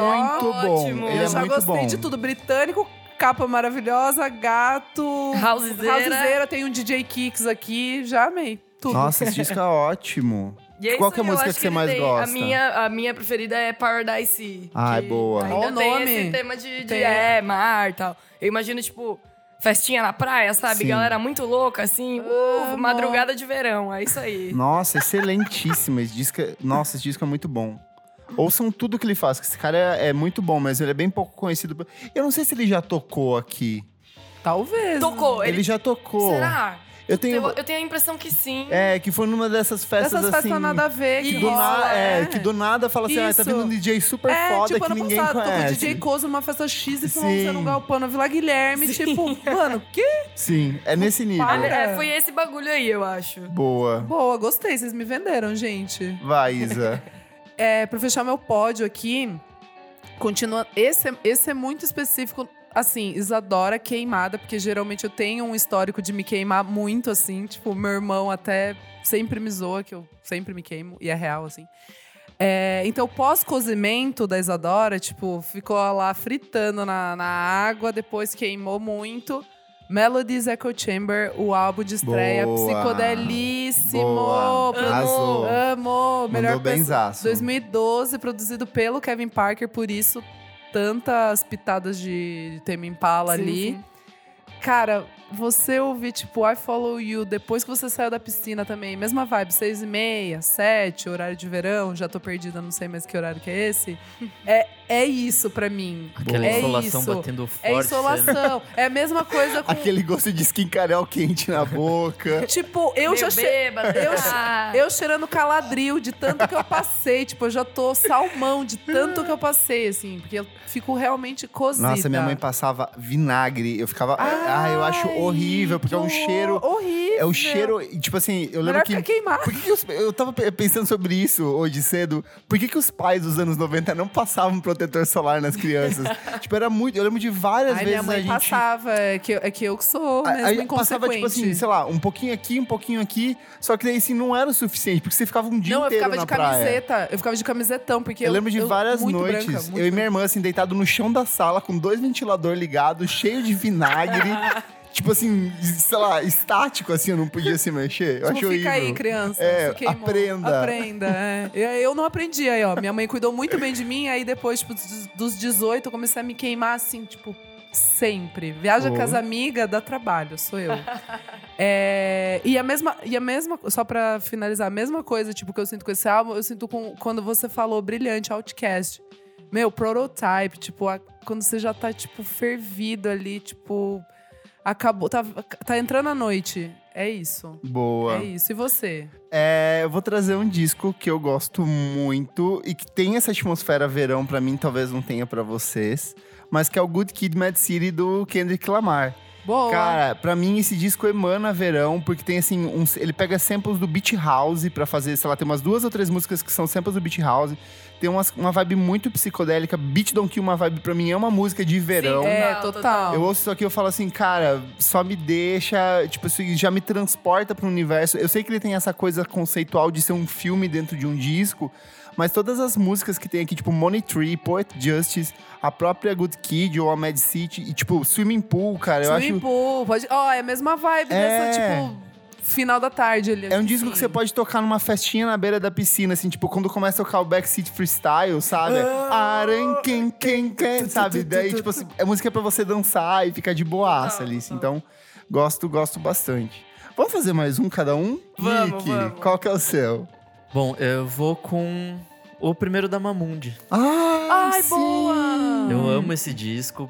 S1: ó,
S2: bom.
S4: ótimo.
S2: Ele
S1: eu
S2: é
S1: já
S2: muito
S1: gostei
S2: bom.
S1: de tudo. Britânico, capa maravilhosa, gato.
S4: Housezeira.
S1: Housezeira, tem um DJ Kicks aqui. Já amei. Tudo.
S2: Nossa, esse disco é ótimo.
S4: E é
S2: Qual
S4: isso
S2: que é a
S4: aí, eu
S2: música
S4: acho
S2: que você
S4: ele
S2: mais
S4: tem.
S2: gosta?
S4: A minha, a minha preferida é Paradise Sea.
S2: Ah, é
S4: que
S2: boa.
S4: Ainda
S1: Ó o
S4: tem
S1: nome.
S4: esse tema de, de
S1: Tem.
S4: é, mar e tal. Eu imagino, tipo, festinha na praia, sabe?
S2: Sim.
S4: Galera muito louca, assim. Uh,
S1: Amo.
S4: madrugada de verão, é isso aí.
S2: Nossa, excelentíssima. Esse disco, é- nossa, esse disco é muito bom. Ouçam tudo que ele faz, que esse cara é, é muito bom, mas ele é bem pouco conhecido. por- Eu não sei se ele já tocou aqui.
S1: Talvez.
S4: Tocou.
S2: Ele,
S4: Ele...
S2: já tocou.
S4: Será?
S2: Então, Eu tenho.
S4: Eu, eu tenho a impressão que sim.
S2: É, que foi numa dessas festas
S1: Essas festas
S2: assim.
S1: nada a ver.
S2: que,
S1: Que
S2: do
S1: rola,
S2: na- é,
S1: né?
S2: que do nada fala assim: ah, tá
S1: Isso.
S2: vindo um DJ super
S1: É,
S2: foda
S1: tipo,
S2: que
S1: ano
S2: ninguém
S1: passado, tocou
S2: conhece.
S1: DJ Coso numa festa X e
S2: Sim.
S1: falou num galpão na Vila Guilherme. Tipo, mano, que
S2: Sim, é nesse nível.
S4: Ah,
S1: Para.
S4: é, foi esse bagulho aí, eu acho.
S2: Boa.
S1: boa, gostei. Vocês me venderam, gente.
S2: Vai, Isa.
S1: É, pra fechar meu pódio aqui, continua. Esse, é- esse é muito específico. Assim, Isadora queimada, porque geralmente eu tenho um histórico de me queimar muito, assim. Tipo, meu irmão até sempre me zoa, que eu sempre me queimo, e é real, assim. É, então, pós-cozimento da Isadora, tipo, ficou lá fritando na, na água, depois queimou muito. Melodies Echo Chamber, o álbum de estreia,
S2: Boa.
S1: psicodelíssimo.
S2: Boa.
S1: pro-
S2: Arrasou.
S1: Amo, melhor
S2: Mandou benzaço.
S1: 2012, produzido pelo Kevin Parker, por isso tantas pitadas de tema Impala
S4: Sim,
S1: ali.
S4: sim.
S1: Cara, você ouvir, tipo, I Follow You, depois que você saiu da piscina também, mesma vibe, seis e meia, sete, horário de verão, já tô perdida, não sei mais que horário que é
S4: <laughs>
S1: esse. é, é isso pra mim.
S3: Aquela
S1: é
S3: insolação
S1: isso.
S3: batendo forte.
S1: É
S3: né?
S1: insolação. É a mesma coisa com...
S2: <laughs> Aquele gosto de esquincarel quente na boca.
S1: Tipo, eu
S4: Meio
S1: já cheguei...
S4: bêbada,
S1: eu-
S4: tá?
S1: Eu cheirando caladril de tanto que eu passei. tipo, eu já tô salmão de tanto que eu passei, assim. Porque eu fico realmente cozida.
S2: Nossa, minha mãe passava vinagre. Eu ficava. ah, eu acho
S1: Ai,
S2: horrível, porque é um
S1: que
S2: cheiro.
S1: horror- Horrível.
S2: É o cheiro. e, Tipo assim, eu lembro
S1: Melhor
S2: que.
S1: ficar queimado.
S2: Por que, que os- eu tava pe- pensando sobre isso hoje cedo. Por que, que os pais dos anos 90 não passavam protetor solar nas
S1: <laughs>
S2: crianças? tipo, era muito. Eu lembro de várias
S1: Aí
S2: vezes
S1: minha mãe
S2: a gente.
S1: passava. É que, eu- é que eu que sou
S2: a-
S1: mesmo
S2: a-
S1: inconsequente.
S2: passava, tipo assim, sei lá, um pouquinho aqui, um pouquinho aqui. Só que daí, assim, não era o suficiente, porque você ficava um dia
S1: não, eu
S2: inteiro
S1: ficava
S2: na
S1: de
S2: praia.
S1: camiseta. Eu ficava de camisetão, porque eu.
S2: Eu, lembro de várias
S1: muito
S2: noites,
S1: branca, muito
S2: eu e minha irmã, assim, deitado no chão da sala, com dois ventiladores ligados, cheio de vinagre.
S1: <laughs>
S2: tipo assim, sei lá, estático, assim, eu não podia se mexer. Eu
S1: Tipo,
S2: acho
S1: fica
S2: horrível.
S1: aí, criança.
S2: É,
S1: se queimou.
S2: aprenda.
S1: Aprenda, é. E Eu não aprendi aí, ó. Minha mãe cuidou muito bem de mim, aí depois, tipo, dos- dos 18, eu comecei a me queimar assim, tipo, sempre. Viaja
S2: Oh.
S1: com as amigas, dá trabalho, sou eu. É, e a mesma, e a mesma, só pra finalizar, a mesma coisa, tipo, que eu sinto com esse álbum, eu sinto com quando você falou brilhante, Outcast. Meu, prototype, tipo, a- quando você já tá, tipo, fervido ali, tipo, acabou, tá, tá entrando a noite. É isso.
S2: Boa.
S1: É isso. E você?
S2: É, eu vou trazer um disco que eu gosto muito e que tem essa atmosfera verão pra mim, talvez não tenha pra vocês, mas que é o Good Kid, Mad City do Kendrick Lamar.
S1: Boa.
S2: Cara, pra mim esse disco emana verão, porque tem assim, uns- ele pega samples do Beat House pra fazer, sei lá, tem umas duas ou três músicas que são samples do Beat House. Tem umas- uma vibe muito psicodélica. Beat Don't Kill, uma vibe pra mim é uma música de verão.
S1: é,
S4: Total,
S1: total.
S4: total.
S2: Eu ouço isso aqui e eu falo assim, cara, só me deixa, tipo, isso já me transporta para um universo. Eu sei que ele tem essa coisa conceitual de ser um filme dentro de um disco, mas todas as músicas que tem aqui, tipo Money Tree, Poet Justice, a própria Good Kid ou a Mad City, e tipo Swimming Pool, cara, eu
S1: Swimming
S2: acho
S1: pool, pode. Ó, é a mesma vibe
S2: É.
S1: dessa, tipo, final da tarde ali.
S2: é um
S1: assim.
S2: disco que você pode tocar numa festinha na beira da piscina, assim, tipo, quando começa a tocar o Backseat Freestyle, sabe? Aran, quem, quem, quem, sabe? Daí, tipo assim, é música pra você dançar e ficar de boaça ali, assim. Então, gosto, gosto bastante. Vamos fazer mais um cada um?
S4: Vamos, vamos.
S2: qual que é o seu?
S3: Bom, eu vou com o primeiro da Mamundi.
S2: Ah,
S1: Ai, boa!
S2: Hum.
S3: Eu amo esse disco.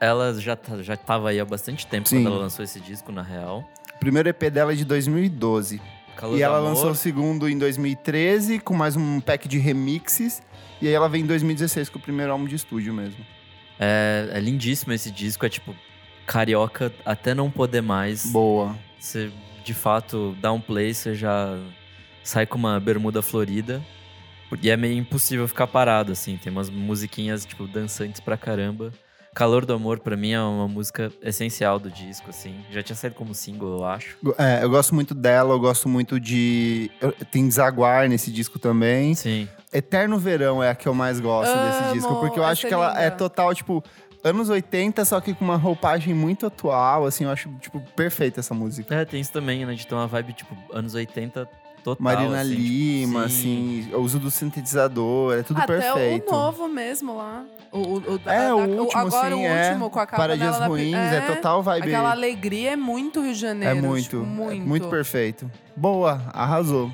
S3: Ela já, tá- já tava aí há bastante tempo
S2: Sim.
S3: quando ela lançou esse disco, na real.
S2: O primeiro EP dela é de 2012.
S3: Calor
S2: e
S3: do
S2: ela
S3: Amor.
S2: lançou o segundo em 2013, com mais um pack de remixes. E aí ela vem em 2016 com o primeiro álbum de estúdio mesmo.
S3: É, é lindíssimo esse disco, é tipo carioca até não poder mais.
S2: Boa.
S3: Você de fato dá um play, você já sai com uma bermuda florida. E é meio impossível ficar parado, assim. Tem umas musiquinhas, tipo, dançantes pra caramba. Calor do Amor, pra mim, é uma música essencial do disco, assim. Já tinha saído como single, eu acho.
S2: É, eu gosto muito dela, eu gosto muito de. eu- Tem Zaguar nesse disco também.
S3: Sim.
S2: Eterno Verão é a que eu mais gosto desse
S1: Amo,
S2: disco, porque eu acho
S1: essa é
S2: que ela é
S1: linda.
S2: total, tipo, anos 80, só que com uma roupagem muito atual, assim, eu acho, tipo, perfeita essa música.
S3: É, tem isso também, né? De ter uma vibe, tipo, anos 80, total.
S2: Marina
S3: assim, tipo,
S2: Lima,
S3: sim.
S2: assim, o uso do sintetizador, é tudo
S1: Até
S2: perfeito.
S1: o novo mesmo lá. O, o- o da-
S2: É,
S1: da-
S2: o último,
S1: agora
S2: sim,
S1: o
S2: é.
S1: último com a capa
S2: Para
S1: dela
S2: dias
S1: da-
S2: ruins, é, total vibe.
S1: Aquela alegria é muito Rio de
S2: é
S1: Janeiro.
S2: muito,
S1: tipo,
S2: é
S1: muito.
S2: muito perfeito. Boa, arrasou.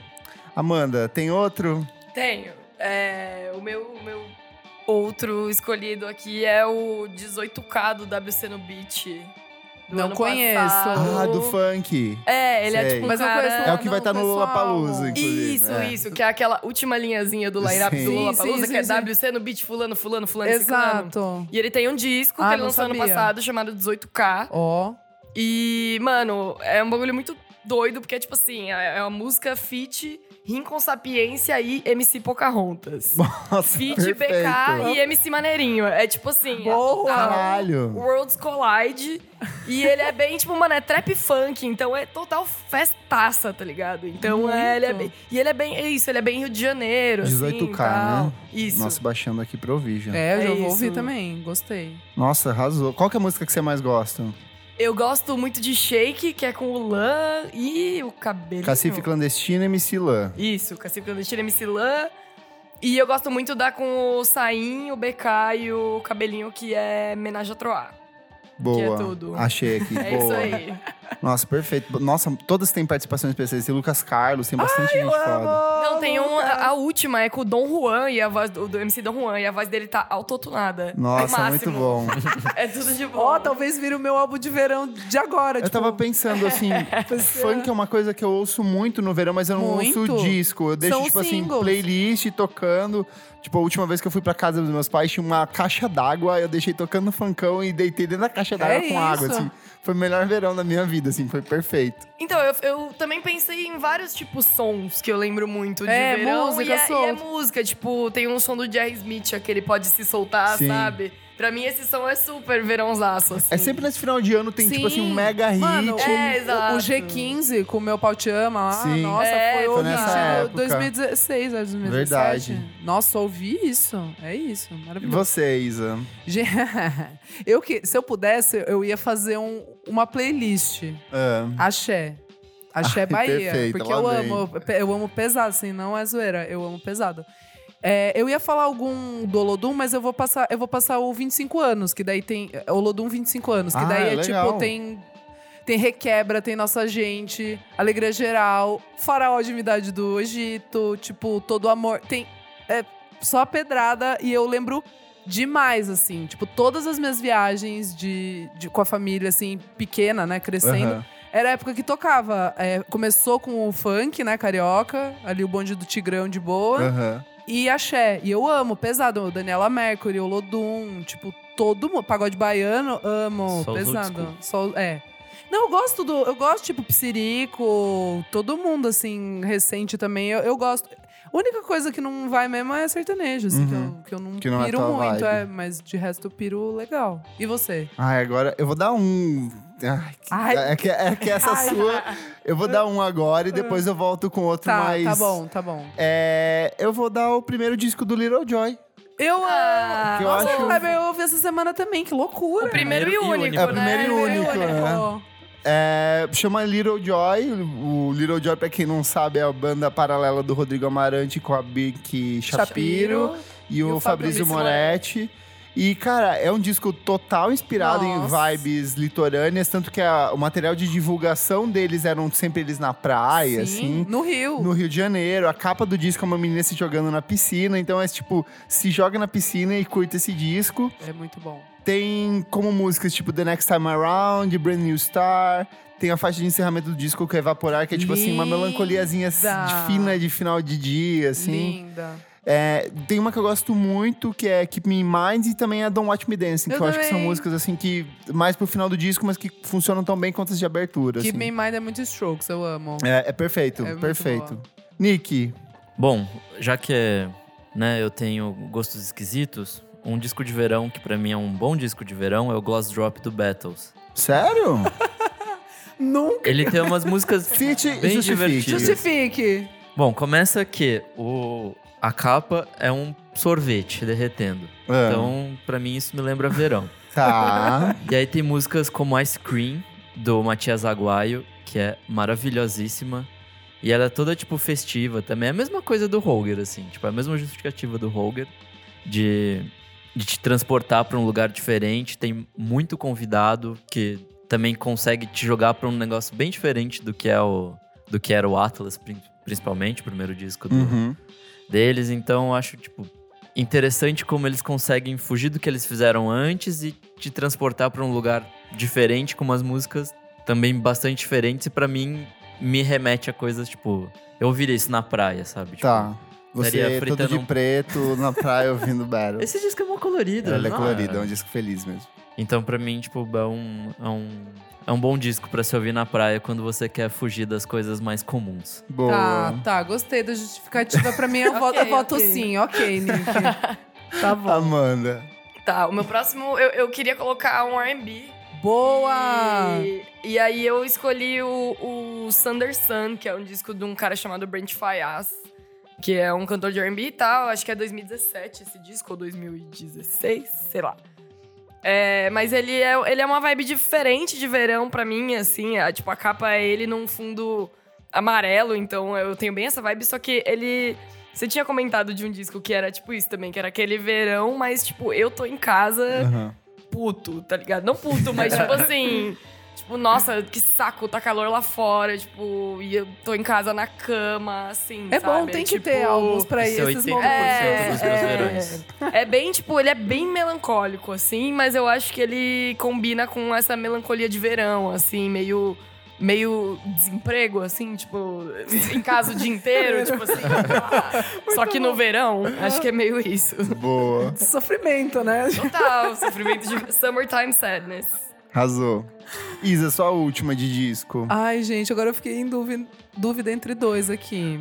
S2: Amanda, tem outro?
S4: Tenho. É, o, meu, o meu outro escolhido aqui é o 18K do WC no Beach. do
S1: Não
S4: ano
S1: conheço.
S4: passado.
S2: Ah, do funk.
S4: É, ele é
S2: Sei.
S4: tipo um
S1: Mas eu
S4: cara...
S1: conheço
S2: É o que
S1: não,
S2: vai estar no
S1: pessoal.
S2: Lollapalooza, inclusive.
S4: Isso,
S2: é.
S4: isso, que é aquela última linhazinha do line-up
S2: Sim.
S4: do
S1: Sim,
S4: Lula
S1: sim,
S4: Palusa, que é
S1: sim, sim.
S4: WC no beat fulano, fulano, fulano, ciclano.
S1: Exato.
S4: E ele tem um disco
S1: Ah,
S4: que ele
S1: não
S4: lançou ano
S1: sabia.
S4: passado, chamado 18K.
S1: Ó.
S4: E, mano, é um bagulho muito doido, porque é tipo assim, é é uma música feat, Rim com Sapiência e MC
S2: <laughs>
S4: Pocahontas.
S2: Nossa,
S4: Feat
S2: perfeito.
S4: BK e MC Maneirinho. É tipo assim,
S1: Boa!
S4: a-
S2: Caralho.
S4: Worlds Collide. E ele é bem, tipo, mano, é trap funk, então é total festaça, tá ligado? Então é, ele é
S1: Muito.
S4: bem. E ele é bem. É isso, ele é bem Rio de Janeiro.
S2: 18K,
S4: assim, tal.
S2: né?
S4: Isso.
S2: Nossa, baixando aqui pra ouvir já.
S1: É, eu
S4: É
S1: já vou
S4: isso.
S1: ouvir também. Gostei.
S2: Nossa, arrasou. Qual que é a música que você mais gosta?
S4: Eu gosto muito de Shake, que é com o Lan e o cabelo.
S2: Cacife Clandestina e MC Lan.
S4: Isso, Cacife Clandestino MC Lan. E eu gosto muito da com o Saim, o BK e o Cabelinho, que é Menage à Troá.
S2: Boa.
S4: é tudo.
S2: Achei aqui.
S4: <laughs> É isso
S2: Boa.
S4: aí.
S2: Nossa, perfeito. Nossa, todas têm participações especiais. Tem Lucas Carlos, tem bastante gente foda.
S4: Não, tem um, a a última é com o Dom Juan e a voz do, do MC Dom Juan e a voz dele tá autotunada.
S2: Nossa,
S4: É o
S2: muito
S4: máximo.
S2: bom.
S4: <laughs> É tudo de bom.
S1: Ó, tá- talvez vire o meu álbum de verão de agora. tipo,
S2: Eu tava
S1: <laughs>
S2: pensando assim, funk é uma coisa que eu ouço muito no verão, mas eu não
S1: Muito.
S2: ouço disco. Eu deixo,
S1: São
S2: tipo
S1: singles.
S2: assim, playlist tocando. Tipo, a última vez que eu fui pra casa dos meus pais, tinha uma caixa d'água, eu deixei tocando funkão e deitei dentro da caixa d'água
S1: É
S2: com
S1: isso.
S2: água, assim. Foi o melhor verão da minha vida, assim, foi perfeito.
S4: Então, eu, eu também pensei em vários tipos de sons que eu lembro muito de
S1: É,
S4: verão.
S1: música,
S4: e, é, e é
S1: som.
S4: música, tipo, tem um som do Jerry Smith, aquele pode se soltar,
S2: Sim.
S4: sabe? Pra mim, esse som é super verãozaço, assim.
S2: É sempre nesse final de ano, tem, tipo assim, um mega hit.
S1: Mano,
S4: É,
S1: o,
S4: exato.
S1: o G15 com o meu pau te ama lá.
S2: Sim.
S1: Nossa,
S4: É,
S1: foi,
S4: foi
S1: horrível.
S2: nessa época.
S1: 2016, era 2017.
S2: Verdade.
S1: Nossa, ouvi isso. É isso.
S2: E
S1: Maravilhoso.
S2: você, Isa?
S1: Ge- <laughs> eu que, se eu pudesse, eu ia fazer um- uma playlist.
S2: Ah,
S1: Axé. Axé
S2: Ai,
S1: Bahia.
S2: perfeito,
S1: porque
S2: lá
S1: eu
S2: vem.
S1: amo, eu- eu amo pesado, assim, não é zoeira, eu amo pesado. É, eu ia falar algum do Olodum, mas eu vou passar, eu vou passar o 25 anos, que daí tem. é, Olodum 25 anos, que
S2: Ah,
S1: daí é,
S2: é
S1: tipo,
S2: legal.
S1: tem. Tem Requebra, tem Nossa Gente, Alegria Geral, Faraó de Divindade do Egito, tipo, Todo Amor. Tem. É só a pedrada e eu lembro demais, assim. Tipo, todas as minhas viagens de, de- com a família, assim, pequena, né? Crescendo.
S2: aham.
S1: Era a época que tocava. é, começou com o funk, né, carioca, ali o bonde do Tigrão de boa,
S2: aham.
S1: e axé. E eu amo, pesado, Daniela Mercury, Olodum, tipo, todo mundo. Pagode baiano, amo,
S3: Só os old
S1: pesado. Só, é. Não, eu gosto do. Eu gosto, tipo, Psirico, todo mundo, assim, recente também. Eu, eu gosto. A única coisa que não vai mesmo é sertanejo, assim, que,
S2: Uhum.
S1: eu, que eu não,
S2: Que não é
S1: piro
S2: tua
S1: muito,
S2: vibe.
S1: é, mas de resto eu piro legal. E você?
S2: Ai, agora eu vou dar um. Ai, que-
S1: Ai.
S2: É, que, é que essa
S1: Ai. Ah.
S2: sua. Eu vou dar um agora e depois eu volto com outro
S1: Tá,
S2: mais.
S1: tá bom, tá bom.
S2: É, eu vou dar o primeiro disco do Little Joy.
S1: Eu amo!
S4: Ah,
S2: que eu
S1: Nossa,
S2: acho-
S1: Kleber, eu ouvi essa semana também, que loucura.
S4: O primeiro e único,
S2: É o
S4: né?
S2: primeiro e único,
S1: único. né?
S2: É, chama Little Joy. O Little Joy, pra quem não sabe, é a banda paralela do Rodrigo Amarante com a Bic Shapiro. e o, Fabrício Moretti. E, cara, é um disco total inspirado
S1: Nossa.
S2: em vibes litorâneas, tanto que a- o material de divulgação deles eram sempre eles na praia, assim.
S1: No Rio.
S2: No Rio de Janeiro, a capa do disco é uma menina se jogando na piscina, então é tipo, se joga na piscina e curta esse disco.
S1: É muito bom.
S2: Tem como músicas tipo The Next Time Around, Brand New Star. Tem a faixa de encerramento do disco que é Evaporar, que é tipo assim, uma
S1: Linda.
S2: melancoliazinha s- de fina de final de dia, assim.
S1: Linda.
S2: É, tem uma que eu gosto muito, que é Keep Me In Mind, e também a Don't Watch Me Dancing,
S1: Eu
S2: que eu acho que são
S1: também.
S2: músicas, assim, que mais pro final do disco, mas que funcionam tão bem quanto as de abertura,
S1: Keep
S2: assim.
S1: Me In Mind é muito Strokes, eu amo.
S2: É, é perfeito,
S1: É muito
S2: perfeito.
S1: boa.
S2: Nick,
S3: Bom, já que é, né, eu tenho gostos esquisitos, um disco de verão que pra mim é um bom disco de verão é o Gloss Drop do Battles.
S2: sério?
S3: <laughs>
S1: Nunca.
S3: Ele tem umas músicas
S2: Cite e
S3: bem
S2: justifique.
S3: divertidas.
S1: Justifique.
S3: Bom, começa que o a capa é um sorvete derretendo.
S2: Ah,
S3: Então, pra mim isso me lembra verão.
S2: Tá.
S3: E aí tem músicas como Ice Cream, do Matias Aguaio, que é maravilhosíssima. E ela é toda, tipo, festiva também. É a mesma coisa do Holger, assim. Tipo, é a mesma justificativa do Holger de, de te transportar pra um lugar diferente. Tem muito convidado que também consegue te jogar pra um negócio bem diferente do que é o do que era o Atlas, prin- principalmente, o primeiro disco do,
S2: Uhum.
S3: deles. Então, eu acho, tipo, interessante como eles conseguem fugir do que eles fizeram antes e te transportar pra um lugar diferente, com umas músicas também bastante diferentes. E pra mim, me remete a coisas, tipo, eu ouviria isso na praia, sabe? Tipo,
S2: Tá. Você
S3: Estaria
S2: todo
S3: fritando
S2: de
S3: um-
S2: preto, na
S1: <laughs>
S2: praia, ouvindo Battle.
S3: Esse disco é mó colorido.
S2: Ela é
S3: não
S2: colorida, é um disco feliz mesmo.
S1: Tá,
S3: Então, pra mim, tipo, é um, é um, é um bom disco pra se ouvir na praia quando você quer fugir das coisas mais comuns.
S2: Boa.
S1: Tá, tá, gostei da justificativa. Pra mim, <laughs> eu voto, eu
S4: Ok,
S1: voto
S4: ok.
S1: sim. Ok, Nick. <laughs> Tá bom.
S2: Amanda.
S4: Tá, o meu próximo, eu, eu queria colocar um R&B.
S1: Boa!
S4: E, e aí eu escolhi o, o Thunder Sun, que é um disco de um cara chamado Brent Fayaz, que é um cantor de R&B e tal. Acho que é 2017 esse disco, ou 2016, sei lá. É, mas ele é, ele é uma vibe diferente de verão pra mim, assim. é, tipo, a capa é ele num fundo amarelo, então eu tenho bem essa vibe. Só que ele... Você tinha comentado de um disco que era tipo isso também, que era aquele verão, mas tipo, eu tô em casa
S2: Aham.
S4: puto, tá ligado? Não puto, mas tipo assim. Tipo, nossa, que saco, tá calor lá fora, tipo, e eu tô em casa na cama, assim.
S1: É bom,
S4: sabe?
S1: tem que
S4: Tipo,
S1: ter alguns pra
S3: Esse é
S1: esses
S3: 80%
S1: momentos.
S3: dos
S4: É,
S3: meus
S4: é.
S3: verões.
S4: É bem, tipo, ele é bem melancólico, assim, mas eu acho que ele combina com essa melancolia de verão, assim, meio. Meio desemprego, assim, tipo, em casa o dia inteiro, tipo assim. Só que no verão, acho que é meio isso.
S2: Boa.
S1: É. Sofrimento, né?
S4: Total, sofrimento de summertime sadness.
S2: Arrasou. Isa, sua última de disco.
S1: Ai, gente, agora eu fiquei em dúvida, dúvida entre dois aqui.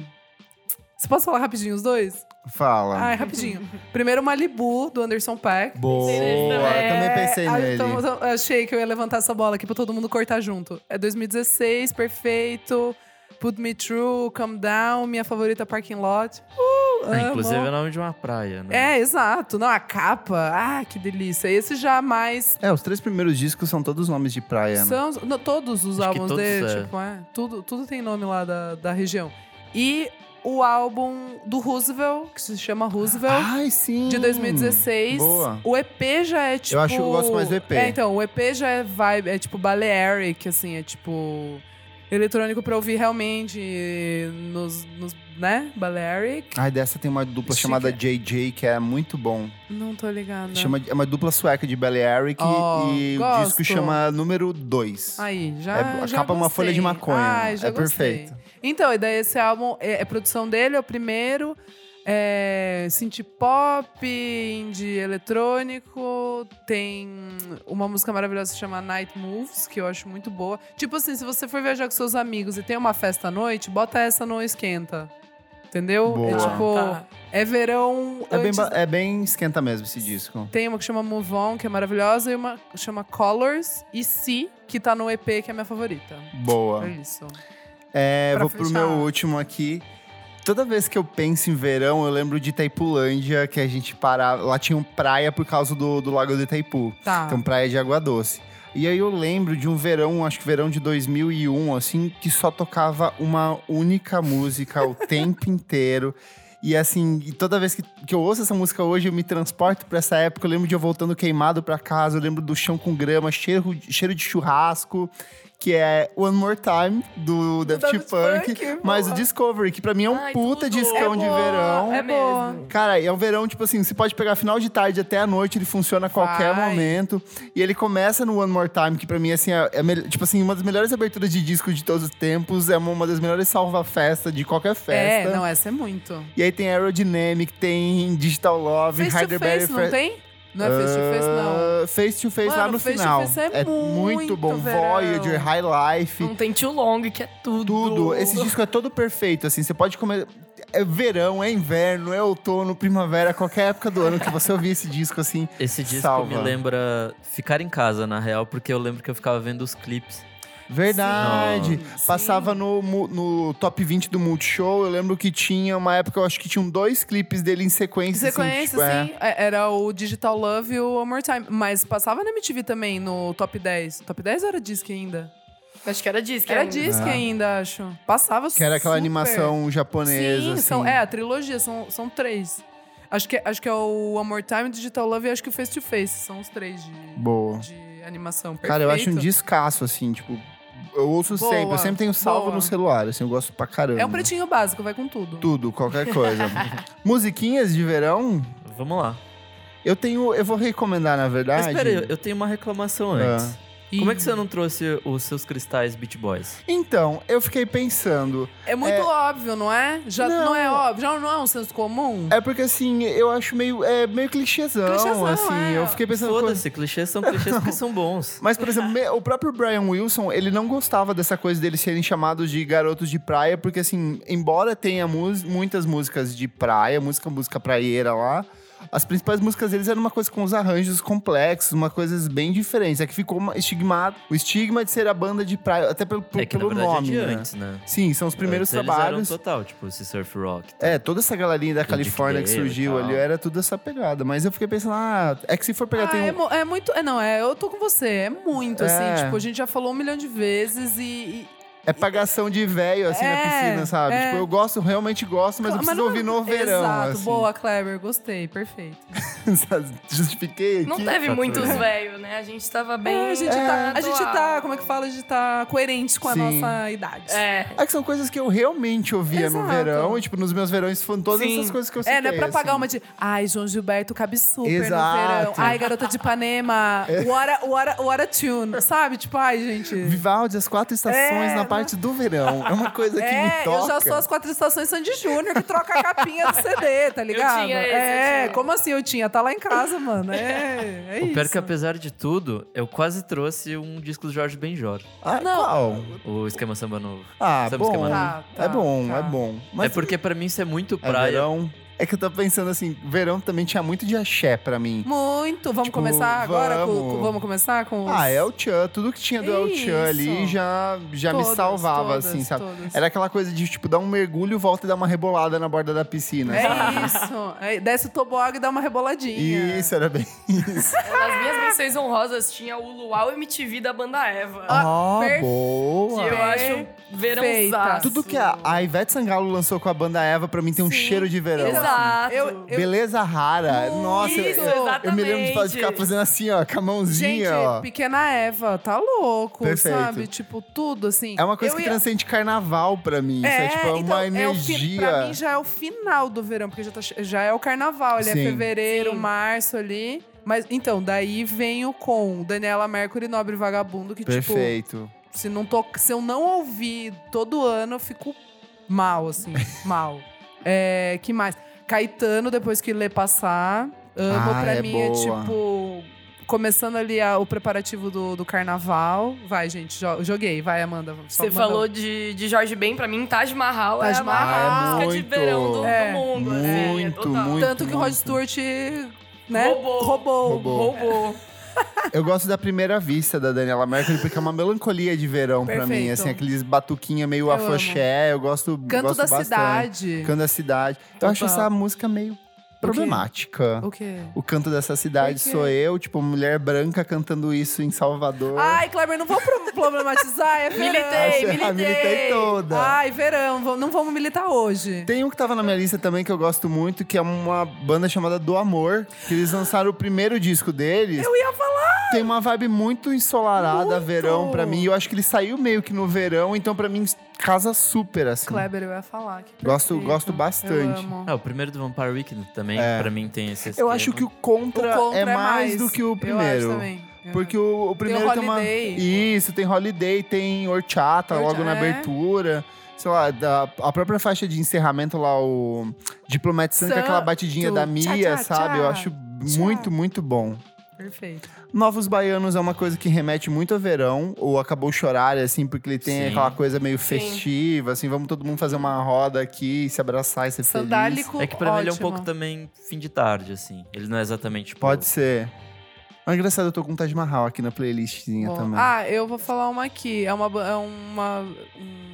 S1: Você pode falar rapidinho os dois?
S2: Fala.
S1: Ai, rapidinho. Primeiro, Malibu, do Anderson Paak.
S2: Boa.
S4: É,
S2: Também pensei
S1: Ah,
S2: nele.
S1: então, então, achei que eu ia levantar essa bola aqui pra todo mundo cortar junto. É 2016, perfeito. Put Me Through, Come Down, minha favorita Parking Lot. Uh,
S3: É, inclusive, é
S1: amo.
S3: o nome de uma praia, né?
S1: É, exato. Não, a capa. Ah, que delícia. Esse já mais.
S2: É, os três primeiros discos são todos nomes de praia, né?
S1: São não, todos os
S3: Acho que
S1: álbuns
S3: todos,
S1: dele,
S3: é.
S1: tipo, é, tudo, tudo tem nome lá da, da região. E o álbum do Roosevelt, que se chama Roosevelt.
S2: Ai, sim.
S1: de 2016.
S2: Ah! Boa.
S1: O EP já é tipo.
S2: acho que eu gosto mais do EP.
S1: É, então, o EP já é vibe, é tipo Balearic, assim, é tipo. Eletrônico pra ouvir realmente nos. nos né? Balearic.
S2: Ai, dessa tem uma dupla
S1: Chique.
S2: chamada JJ, que é muito bom.
S1: Não tô ligada.
S2: Chama, é uma dupla sueca de Balearic
S1: Ó,
S2: e
S1: gosto.
S2: o disco chama Número 2.
S1: Aí, já.
S2: É, a
S1: Ah, já
S2: capa é uma
S1: gostei.
S2: folha de maconha.
S1: Ai, já
S2: É
S1: gostei.
S2: perfeito.
S1: Então, e daí esse álbum é, é produção dele, é o primeiro. É, synth pop, indie eletrônico, tem uma música maravilhosa que se chama Night Moves, que eu acho muito boa. Tipo assim, se você for viajar com seus amigos e tem uma festa à noite, bota essa no esquenta. Entendeu? É
S2: Boa.
S1: tipo,
S4: Tá.
S1: é verão.
S2: É bem,
S1: antes
S2: ba- é bem esquenta mesmo esse disco.
S1: tem uma que chama Move On, que é maravilhosa, e uma que chama Colors e Si, que tá no EP, que é a minha favorita.
S2: Boa.
S1: É isso.
S2: É,
S1: Pra
S2: vou pro
S1: fechar.
S2: meu último aqui. Toda vez que eu penso em verão, eu lembro de Itaipulândia, que a gente parava. Lá tinha um praia por causa do, do Lago do Itaipu.
S1: Tá.
S2: Então, praia de água doce. E aí eu lembro de um verão, acho que verão de 2001, assim, que só tocava uma única música
S1: <laughs>
S2: o tempo inteiro. E assim, e toda vez que, que eu ouço essa música hoje, eu me transporto pra essa época. Eu lembro de eu voltando queimado pra casa, eu lembro do chão com grama, cheiro, cheiro de churrasco, que é One More Time, do Daft
S1: Daft
S2: Punk.
S1: Punk,
S2: Mas o
S1: boa.
S2: Discovery, que pra mim é um
S4: Ai,
S2: puta
S4: tudo.
S2: discão
S1: É
S2: de
S1: boa,
S2: verão.
S1: é
S4: É
S1: boa.
S4: mesmo.
S2: Cara, e é um verão, tipo assim, você pode pegar final de tarde até a noite, ele funciona a qualquer
S1: Vai.
S2: momento. E ele começa no One More Time, que pra mim, assim, é, é mel- tipo assim, uma das melhores aberturas de disco de todos os tempos, é uma, uma das melhores salva-festa de qualquer festa.
S1: É, não, essa é muito.
S2: E aí tem Aerodynamic, tem Digital Love,
S1: Face to
S2: Hyderberry...
S1: Face, não tem? Não é Face to Face, não.
S2: Ah, Face to Face lá
S1: Mano,
S2: no
S1: Face to
S2: final.
S1: Face é muito
S2: bom.
S1: verão.
S2: Voyager, High Life,
S4: Não tem too long, que é tudo.
S2: tudo. Esse disco é todo perfeito, assim. Você pode comer. É verão, é inverno, é outono, primavera, qualquer época do ano que você ouvir esse disco, assim.
S3: Esse disco
S2: Salva.
S3: me lembra ficar em casa, na real, porque eu lembro que eu ficava vendo os clipes.
S2: Verdade.
S1: Sim,
S2: Passava no, mu- no top 20 do Multishow. Eu lembro que tinha uma época, eu acho que tinham dois clipes dele em sequência.
S1: Você
S2: assim,
S1: conhece,
S2: tipo, é.
S1: sim? É, Era o Digital Love e o One More Time. Mas passava na MTV também, no Top 10. Top 10 era disque ainda.
S4: Acho que era disque.
S1: Era
S4: ainda.
S1: Disney
S2: Ah.
S1: ainda, acho. Passava
S2: Que era aquela
S1: super.
S2: animação japonesa,
S1: Sim,
S2: assim.
S1: são, é, a trilogia, são, são três. Acho que, acho que é o One More Time, Digital Love e acho que o Face to Face. São os três de,
S2: Boa.
S1: de animação.
S2: Cara, eu acho um
S1: Perfeito.
S2: descasso, assim, tipo... Eu ouço
S1: Boa,
S2: sempre, eu sempre tenho salvo
S1: boa.
S2: no celular, assim, eu gosto pra caramba.
S1: É um pretinho básico, vai com tudo.
S2: Tudo, qualquer
S1: <laughs>
S2: coisa. Musiquinhas de verão,
S3: Vamos lá.
S2: eu tenho... Eu vou recomendar, na
S3: Mas
S2: verdade...
S3: peraí, eu tenho uma reclamação
S2: Ah.
S3: antes.
S1: E
S3: Como é que você não trouxe os seus cristais Beat Boys?
S2: Então, eu fiquei pensando...
S1: É muito
S2: É.
S1: óbvio, não é? Já não.
S2: Não.
S1: é óbvio, já não é um senso comum.
S2: É porque, assim, eu acho meio... É meio clichêzão,
S1: Clichêzão,
S2: assim.
S1: é.
S2: Eu fiquei pensando...
S3: Foda-se, É. clichês são clichês
S2: <laughs>
S3: porque são bons.
S2: Mas, por exemplo, me- o próprio Brian Wilson, ele não gostava dessa coisa deles serem chamados de garotos de praia, porque, assim, embora tenha mus- muitas músicas de praia, música, música praieira lá, as principais músicas deles eram uma coisa com os arranjos complexos, uma coisa bem diferente. É que ficou uma- estigmado o estigma de ser a banda de praia, até pelo,
S3: é que na
S2: pelo
S3: verdade
S2: nome.
S3: é de
S2: né?
S3: antes, né?
S2: Sim, são os primeiros
S3: Antes
S2: trabalhos.
S3: Eles eram total, tipo, esse surf rock.
S2: É, toda essa galerinha da
S3: Dick
S2: Califórnia que
S3: Dale e
S2: surgiu
S3: tal.
S2: ali era tudo essa pegada. Mas eu fiquei pensando, ah, é que se for pegar.
S1: Ah,
S2: tem um-
S1: é, mu- é muito. É, não, é, eu tô com você. É muito,
S2: É.
S1: assim. Tipo, a gente já falou um milhão de vezes e. e-
S2: É pagação de velho, assim,
S1: É,
S2: na piscina, sabe?
S1: é.
S2: Tipo, eu gosto, realmente gosto, mas eu preciso
S1: não- é
S2: ouvir no verão.
S1: Exato,
S2: assim. <laughs>
S1: boa, Kleber, gostei, perfeito.
S2: Justifiquei
S4: Não
S2: aqui.
S1: tá-
S4: teve
S3: fatura.
S4: muitos velhos, né? A gente tava bem.
S1: É, a gente, tá, a gente tá, como é que fala? A gente tá coerente com a
S2: Sim.
S1: nossa idade.
S4: É.
S2: É que são coisas que eu realmente ouvia no
S1: Exato.
S2: verão. E, tipo, nos meus verões foram todas
S4: Sim.
S2: essas coisas que eu citei.
S1: É, não é pra pagar
S2: assim.
S1: uma de. Ai, João Gilberto cabe super no
S2: Exato. É.
S1: verão. Ai, garota de
S2: <laughs>
S1: Ipanema. What a, what a- what a tune. Sabe? Tipo, ai, gente.
S2: Vivaldi, as quatro estações
S1: É,
S2: na
S1: não-
S2: parte do verão. É uma coisa que me
S1: <laughs> É,
S2: toca.
S1: eu já sou as quatro estações Sandy Júnior que troca a capinha do CD, tá ligado?
S4: tinha esse, <laughs> eu
S1: é,
S4: tinha.
S1: como assim eu tinha? Tá lá em casa, mano. É, é
S3: O
S1: isso.
S3: pior que, apesar de tudo, eu quase trouxe um disco do Jorge Benjor,
S2: Ah,
S1: Não.
S2: qual?
S3: o Esquema Samba Novo.
S2: Ah,
S3: Sabe
S2: bom.
S3: esquema, né?
S1: Tá, tá,
S2: é bom,
S1: tá.
S2: é bom.
S3: é porque pra mim isso é muito
S2: é
S3: praia.
S2: verão. É que eu tô pensando assim, verão também tinha muito de axé pra mim.
S1: Muito. Vamos
S2: Tipo,
S1: começar agora? com-
S2: vamos.
S1: com- vamos começar com os...
S2: Ah, é o Tchan. Tudo que tinha do El Tchan ali
S1: Isso.
S2: já, já me
S1: Todas,
S2: salvava,
S1: todas,
S2: assim, sabe?
S1: todas.
S2: Era aquela coisa de, tipo, dar um mergulho, volta e dar uma rebolada na borda da piscina. sabe?
S1: É isso. É, desce o toboágua e dá uma reboladinha.
S2: Isso, era bem isso.
S4: Nas minhas menções honrosas tinha o Luau MTV da banda Eva.
S2: Ah,
S1: perfeito.
S4: que
S2: boa!
S4: eu
S1: é?
S4: acho verãozaço.
S2: Tudo que a, a Ivete Sangalo lançou com a banda Eva, pra mim, tem um
S1: Sim,
S2: cheiro de verão.
S1: Então,
S4: Exato.
S1: assim, Eu, eu,
S2: Beleza rara.
S1: Muito.
S2: Nossa, eu-
S4: Isso,
S1: eu me lembro
S4: exatamente.
S2: eu me lembro de ficar fazendo assim, ó, com a mãozinha,
S1: Gente,
S2: ó.
S1: pequena Eva, tá louco,
S2: Perfeito.
S1: sabe? Tipo, tudo assim.
S2: É uma coisa
S1: Eu
S2: que
S1: ia-
S2: transcende carnaval pra mim. isso é tipo é uma
S1: então, é o fi-
S2: energia.
S1: pra mim já é o final do verão, porque já, tá che- já é o carnaval, ele é
S2: Sim.
S1: fevereiro,
S4: Sim.
S1: março ali. Mas então, daí venho com Daniela Mercury, Nobre Vagabundo, que
S2: Perfeito.
S1: tipo, se, não to... se eu não ouvir todo ano, eu fico mal,
S2: <laughs>
S1: assim, mal. É, que mais? Caetano, depois que lê passar. Amo,
S2: Ah,
S1: pra
S2: é
S1: mim é
S2: boa.
S1: tipo. Começando ali a- o preparativo do, do carnaval. Vai, gente, jo- joguei. Vai, Amanda. só
S4: Você
S1: manda- um
S4: falou de, de Jorge Ben, pra mim Taj Mahal
S1: Taj
S4: é a maior
S1: Mahal.
S4: música de
S2: Ah, Muito.
S4: verão do, do
S1: É.
S4: mundo. assim, é
S2: Muito,
S4: total.
S2: muito.
S1: Tanto que o Rod
S2: muito.
S1: Stewart, né?
S4: Roubou.
S1: Roubou. É.
S2: Roubou.
S4: Roubou.
S2: Eu gosto da primeira vista da Daniela Mercury, porque é uma melancolia de verão pra mim.
S1: Perfeito.
S2: Assim, aqueles batuquinha meio
S1: Eu
S2: afoxé. Eu gosto
S1: Canto
S2: gosto
S1: da
S2: bastante.
S1: cidade.
S2: Canto da cidade. Eu acho
S1: Total.
S2: essa música meio problemática.
S1: O quê?
S2: O canto dessa cidade
S1: Por quê?
S2: sou eu, tipo, mulher branca cantando isso em Salvador.
S1: Ai, Kleber, não vou pro- problematizar, é verão.
S4: Militei,
S2: Achei- ah, militei toda.
S1: Ai, verão, vou- não vamos militar hoje.
S2: Tem um que tava na minha lista também que eu gosto muito, que é uma banda chamada Do Amor, que eles lançaram o primeiro disco deles.
S1: Eu ia falar.
S2: Tem uma vibe muito ensolarada,
S1: Muito.
S2: verão, pra mim. E eu acho que ele saiu meio que no verão, então pra mim casa super, assim.
S1: Kleber, eu ia falar. que
S2: Gosto-
S1: perfeito.
S2: gosto bastante.
S1: Eu amo.
S3: Ah, o primeiro do Vampire Weekend também,
S2: É.
S3: pra mim, tem esse
S2: Eu
S3: esquema.
S2: acho que o
S1: O
S2: contra,
S1: contra
S2: é, mais do que o
S1: Eu acho
S2: primeiro.
S1: também. Eu
S2: Porque o, o primeiro tem, uma.
S1: Holiday.
S2: Isso, tem holiday, tem horchata,
S1: Horchata,
S2: logo na
S1: é.
S2: abertura. Sei lá, da- a própria faixa de encerramento lá, o Diplomate Sun, que é
S1: Santo.
S2: aquela batidinha da Mia,
S1: Tchá, tchá,
S2: sabe? Eu
S1: tchá.
S2: acho muito, muito bom.
S1: Perfeito.
S2: Novos Baianos é uma coisa que remete muito ao verão, ou acabou chorar, assim, porque ele tem
S3: Sim.
S2: aquela coisa meio
S4: Sim.
S2: festiva, assim, vamos todo mundo fazer uma roda aqui, se abraçar e ser feliz.
S1: Sandálico,
S3: É que pra mim ele é um
S1: ótimo.
S3: pouco também fim de tarde, assim. Ele não é exatamente. Tipo,
S2: Pode ser. Mas engraçado, eu tô com o Taj Mahal aqui na playlistzinha
S1: Bom,
S2: também.
S1: Ah, eu vou falar uma aqui. É uma. ba- É uma um-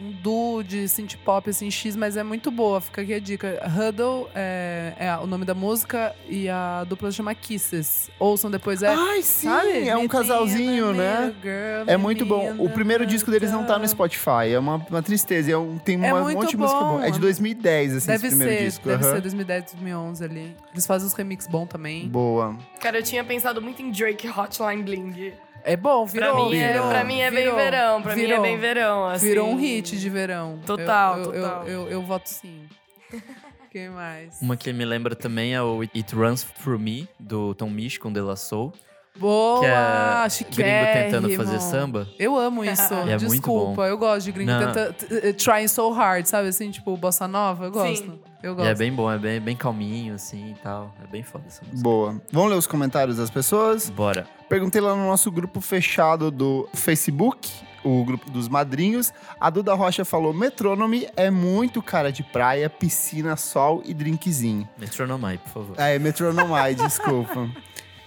S1: um duo de synth pop, assim, X, mas é muito boa. Fica aqui a dica. Huddle é, é o nome da música e a dupla chama Kisses. Ouçam depois. É,
S2: Ai, sim!
S1: sabe?
S2: É um
S1: Menina,
S2: casalzinho, né?
S1: girl,
S2: É muito bom. O
S1: menina,
S2: primeiro disco deles não tá no Spotify. É uma, uma tristeza. É um- tem
S1: É
S2: uma- um
S1: muito
S2: monte de música
S1: bom.
S2: boa. É de 2010, assim,
S1: Deve
S2: esse primeiro
S1: ser,
S2: disco.
S1: deve
S2: aham.
S1: ser 2010, 2011 ali. Eles fazem uns remix bom também.
S2: Boa.
S4: Cara, eu tinha pensado muito em Drake Hotline Bling.
S1: É bom, virou.
S4: pra mim, é,
S1: virou,
S4: pra mim é bem
S1: virou,
S4: verão, pra mim é
S1: virou.
S4: bem verão, assim.
S1: Virou um hit de verão. Eu-
S4: Total,
S1: eu, eu-
S4: total.
S1: Eu, eu, voto
S4: <laughs>
S1: sim. Quem mais?
S3: Uma que me lembra também é o It Runs Through Me, do Tom Misch com De La Soul.
S1: Boa!
S3: que é gringo
S1: chiquérrimo.
S3: tentando fazer samba.
S1: Eu amo
S3: <laughs>
S1: isso.
S4: É
S3: muito
S1: Desculpa,
S3: bom.
S1: eu gosto de gringo
S3: Não.
S1: tenta- t- eh, trying so hard, sabe assim? Tipo, bossa nova, eu gosto.
S4: Sim.
S1: Eu
S3: E
S1: gosto.
S3: é bem bom, é bem, bem calminho, assim e tal. É bem foda essa música.
S2: Boa. Vamos ler os comentários das pessoas?
S3: Bora.
S2: Perguntei lá no nosso grupo fechado do Facebook, o grupo dos madrinhos. A Duda Rocha falou: Metrônome é muito cara de praia, piscina, sol e drinkzinho.
S3: Metronomai, por favor.
S2: É, Metronomai, desculpa.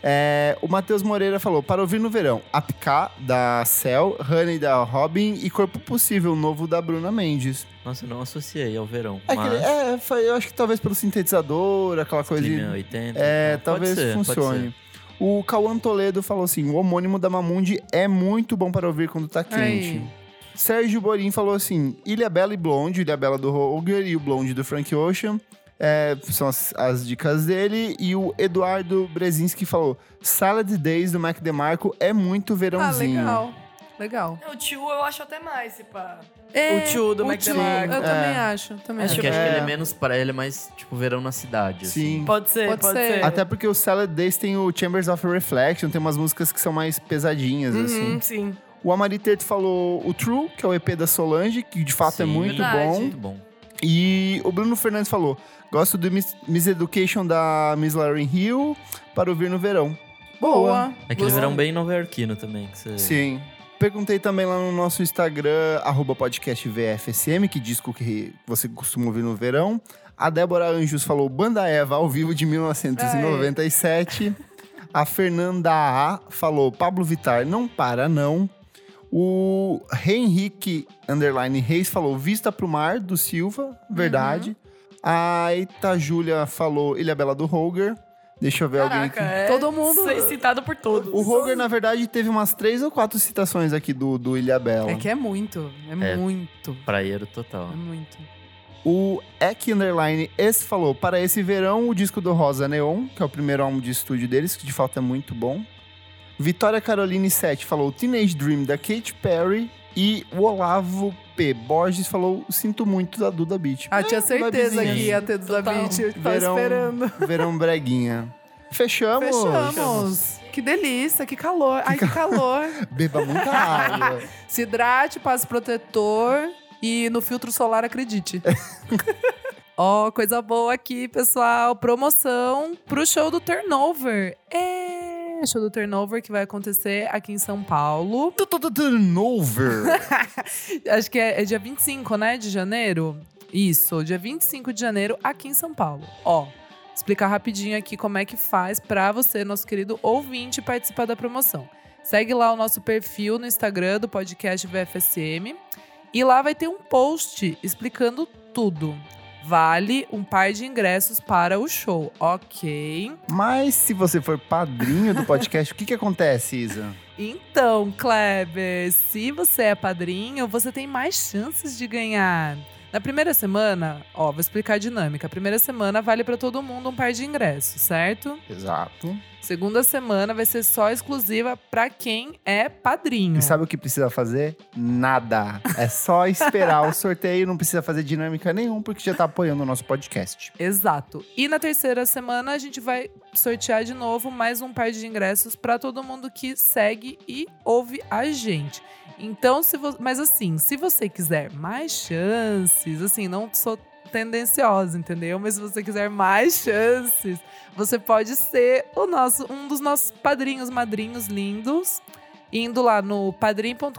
S2: É, o Matheus Moreira falou: para ouvir no verão, Apicá da Cell, Honey da Robin e Corpo Possível, novo da Bruna Mendes.
S3: Nossa, eu não associei ao verão.
S2: É, que-
S3: mas...
S2: é, foi- eu acho que talvez pelo sintetizador, aquela coisa.
S3: Clima 80.
S2: É,
S3: então, pode
S2: talvez
S3: ser, pode
S2: funcione.
S3: ser.
S2: O Cauã Toledo falou assim: o homônimo da Mamundi é muito bom para ouvir quando tá quente.
S1: Aí.
S2: Sérgio Borim falou assim: Ilha Bela e Blonde, Ilha Bela do Roger e o Blonde do Frank Ocean. É, são as, as dicas dele. E o Eduardo Brezinski falou: Salad Days do Mac DeMarco é muito
S1: Ah,
S2: verãozinho.
S1: legal. Legal.
S4: O tio eu acho até mais, se pá.
S1: É,
S4: tio do
S1: o
S4: Mac
S1: tio,
S4: DeMarco.
S1: Eu
S2: É.
S1: também acho. Também
S3: É
S1: acho.
S3: que acho
S2: É.
S3: que ele é menos pra ele, é mais tipo verão na cidade.
S2: Sim.
S3: assim.
S4: Pode ser,
S1: Pode
S4: pode,
S1: ser.
S4: ser.
S2: Até porque o Salad Days tem o Chambers of Reflection, tem umas músicas que são mais pesadinhas, assim.
S4: Uhum, sim.
S2: O Amari Terto falou o True, que é o EP da Solange, que de fato é
S3: Sim,
S2: muito
S4: verdade.
S2: bom.
S3: Muito bom.
S2: E o Bruno Fernandes falou: gosto do Miss, Miss Education da Miss Lauren Hill para ouvir no verão.
S1: Boa.
S3: É aquele
S1: Gostei.
S3: verão bem nova-iorquino também. Que você...
S2: Sim. Perguntei também lá no nosso Instagram, arroba podcast VFSM, que disco que você costuma ouvir no verão. A Débora Anjos falou Banda Eva ao vivo de 1997. A Fernanda A falou Pablo Vitar não para não. O Henrique Underline Reis falou Vista pro Mar do Silva, verdade. A Eita Júlia falou Ilha Bela do Holger. Deixa eu ver alguém
S4: Caraca,
S2: aqui.
S4: é
S1: Todo mundo-
S4: ser citado por todos.
S2: O Roger, na verdade, teve umas três ou quatro citações aqui do, do Ilhabela.
S1: É que é muito. É,
S3: É.
S1: muito.
S3: Praieiro total.
S1: É muito.
S2: O Eck Underline esse falou: para esse verão, o disco do Rosa Neon, que é o primeiro álbum de estúdio deles, que de fato é muito bom. Vitória Caroline 7 falou Teenage Dream da Katy Perry. E o Olavo P. Borges falou Sinto Muito da
S1: <laughs>
S2: Duda Beat.
S1: Ah, tinha certeza
S2: vibezinha,
S1: que ia ter dos
S4: Total.
S1: Beat. Eu tava
S2: Verão.
S1: esperando.
S2: Verão Breguinha. Fechamos.
S1: Fechamos. Que delícia, que calor. Ai, que calor. <laughs>
S2: Beba muita água.
S1: Se hidrate, passe protetor e no filtro solar <laughs> acredite. Ó, coisa boa aqui, pessoal. Promoção pro show do Turnover. É, show do Turnover que vai acontecer aqui em São Paulo.
S2: Tu, tu, tu, Turnover.
S1: Acho que é, é dia 25, né, de janeiro? Isso, dia 25 de janeiro aqui em São Paulo. Ó, explicar rapidinho aqui como é que faz pra você, nosso querido ouvinte, participar da promoção. Segue lá o nosso perfil no Instagram do podcast VFSM e lá vai ter um post explicando tudo. Vale um par de ingressos para o show, ok?
S2: Mas se você for padrinho do podcast, o que, que acontece, Isa?
S1: Então, Kleber, se você é padrinho, você tem mais chances de ganhar. Na primeira semana, ó, vou explicar a dinâmica. A primeira semana vale para todo mundo um par de ingressos, certo?
S2: Exato.
S1: Segunda semana vai ser só exclusiva para quem é padrinho.
S2: E sabe o que precisa fazer? Nada.
S1: <laughs>
S2: É só esperar o sorteio, não precisa fazer dinâmica nenhuma, porque já tá apoiando o nosso podcast.
S1: Exato. E na terceira semana a gente vai sortear de novo mais um par de ingressos para todo mundo que segue e ouve a gente. Então, se você, mas assim, se você quiser mais chances, assim, não sou tendenciosa, entendeu? Mas se você quiser mais chances, você pode ser o nosso um dos nossos padrinhos, madrinhos lindos, indo lá no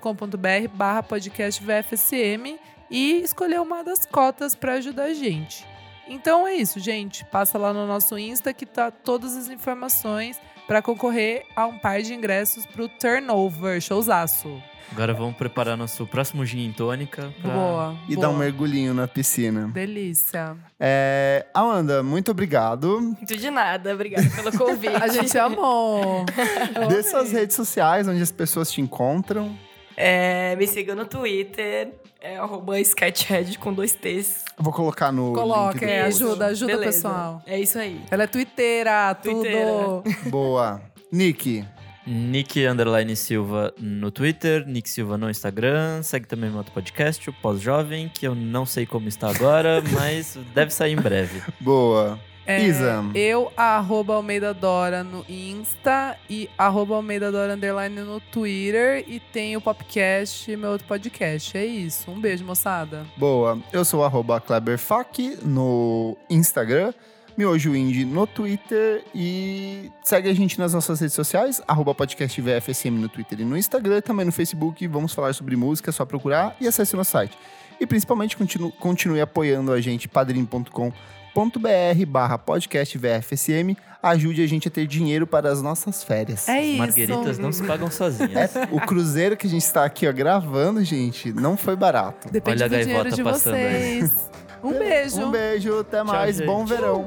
S1: padrim.com.br/barra podcast VFSM e escolher uma das cotas para ajudar a gente. Então é isso, gente. Passa lá no nosso Insta que tá todas as informações. pra concorrer a um par de ingressos pro Turnover, showzaço.
S3: Agora vamos preparar nosso próximo gin e tônica. pra-
S1: Boa.
S2: E
S1: boa.
S2: dar um mergulhinho na piscina.
S1: Delícia.
S2: É, Amanda, muito obrigado.
S4: Muito de nada, obrigada pelo convite.
S1: <laughs> A gente é- amou.
S2: Dê suas redes sociais, onde as pessoas te encontram.
S4: É, me siga no Twitter, é arroba sketchhead com dois T's.
S2: Eu vou colocar no
S1: Coloca,
S2: link
S1: é,
S4: Isso.
S1: ajuda, ajuda o
S4: Beleza.
S1: pessoal.
S4: É isso aí.
S1: Ela é twitteira, tudo.
S4: Twitteira.
S2: do... Boa. Nick,
S3: Nick Underline Silva no Twitter, Nick Silva no Instagram, segue também meu outro podcast, o Pós-Jovem, que eu não sei como está
S1: <laughs>
S3: agora, mas deve sair em breve.
S2: boa. Isa.
S1: É, Eu, arroba Almeida Dora no Insta e arroba Almeida Dora Underline no Twitter. E tem o podcast, meu outro podcast. É isso. Um beijo, moçada.
S2: Boa. Eu sou o arroba KleberFac no Instagram, Miojo Indie no Twitter e segue a gente nas nossas redes sociais, arroba podcast VFSM no Twitter e no Instagram, e também no Facebook. Vamos falar sobre música, é só procurar e acesse o nosso site. E principalmente continu- continue apoiando a gente, padrim.com.br barra podcast VFSM. Ajude a gente a ter dinheiro para as nossas férias.
S1: É isso.
S3: Margueritas não se pagam
S1: <laughs>
S3: sozinhas.
S2: É, o cruzeiro que a gente está aqui ó, gravando, gente, não
S1: <laughs>
S2: foi barato.
S1: Depende
S3: Olha a
S1: do dinheiro
S3: gaivota
S1: de
S3: passando aí.
S1: vocês. Um beijo.
S2: Um beijo, até mais,
S3: gente.
S2: bom verão.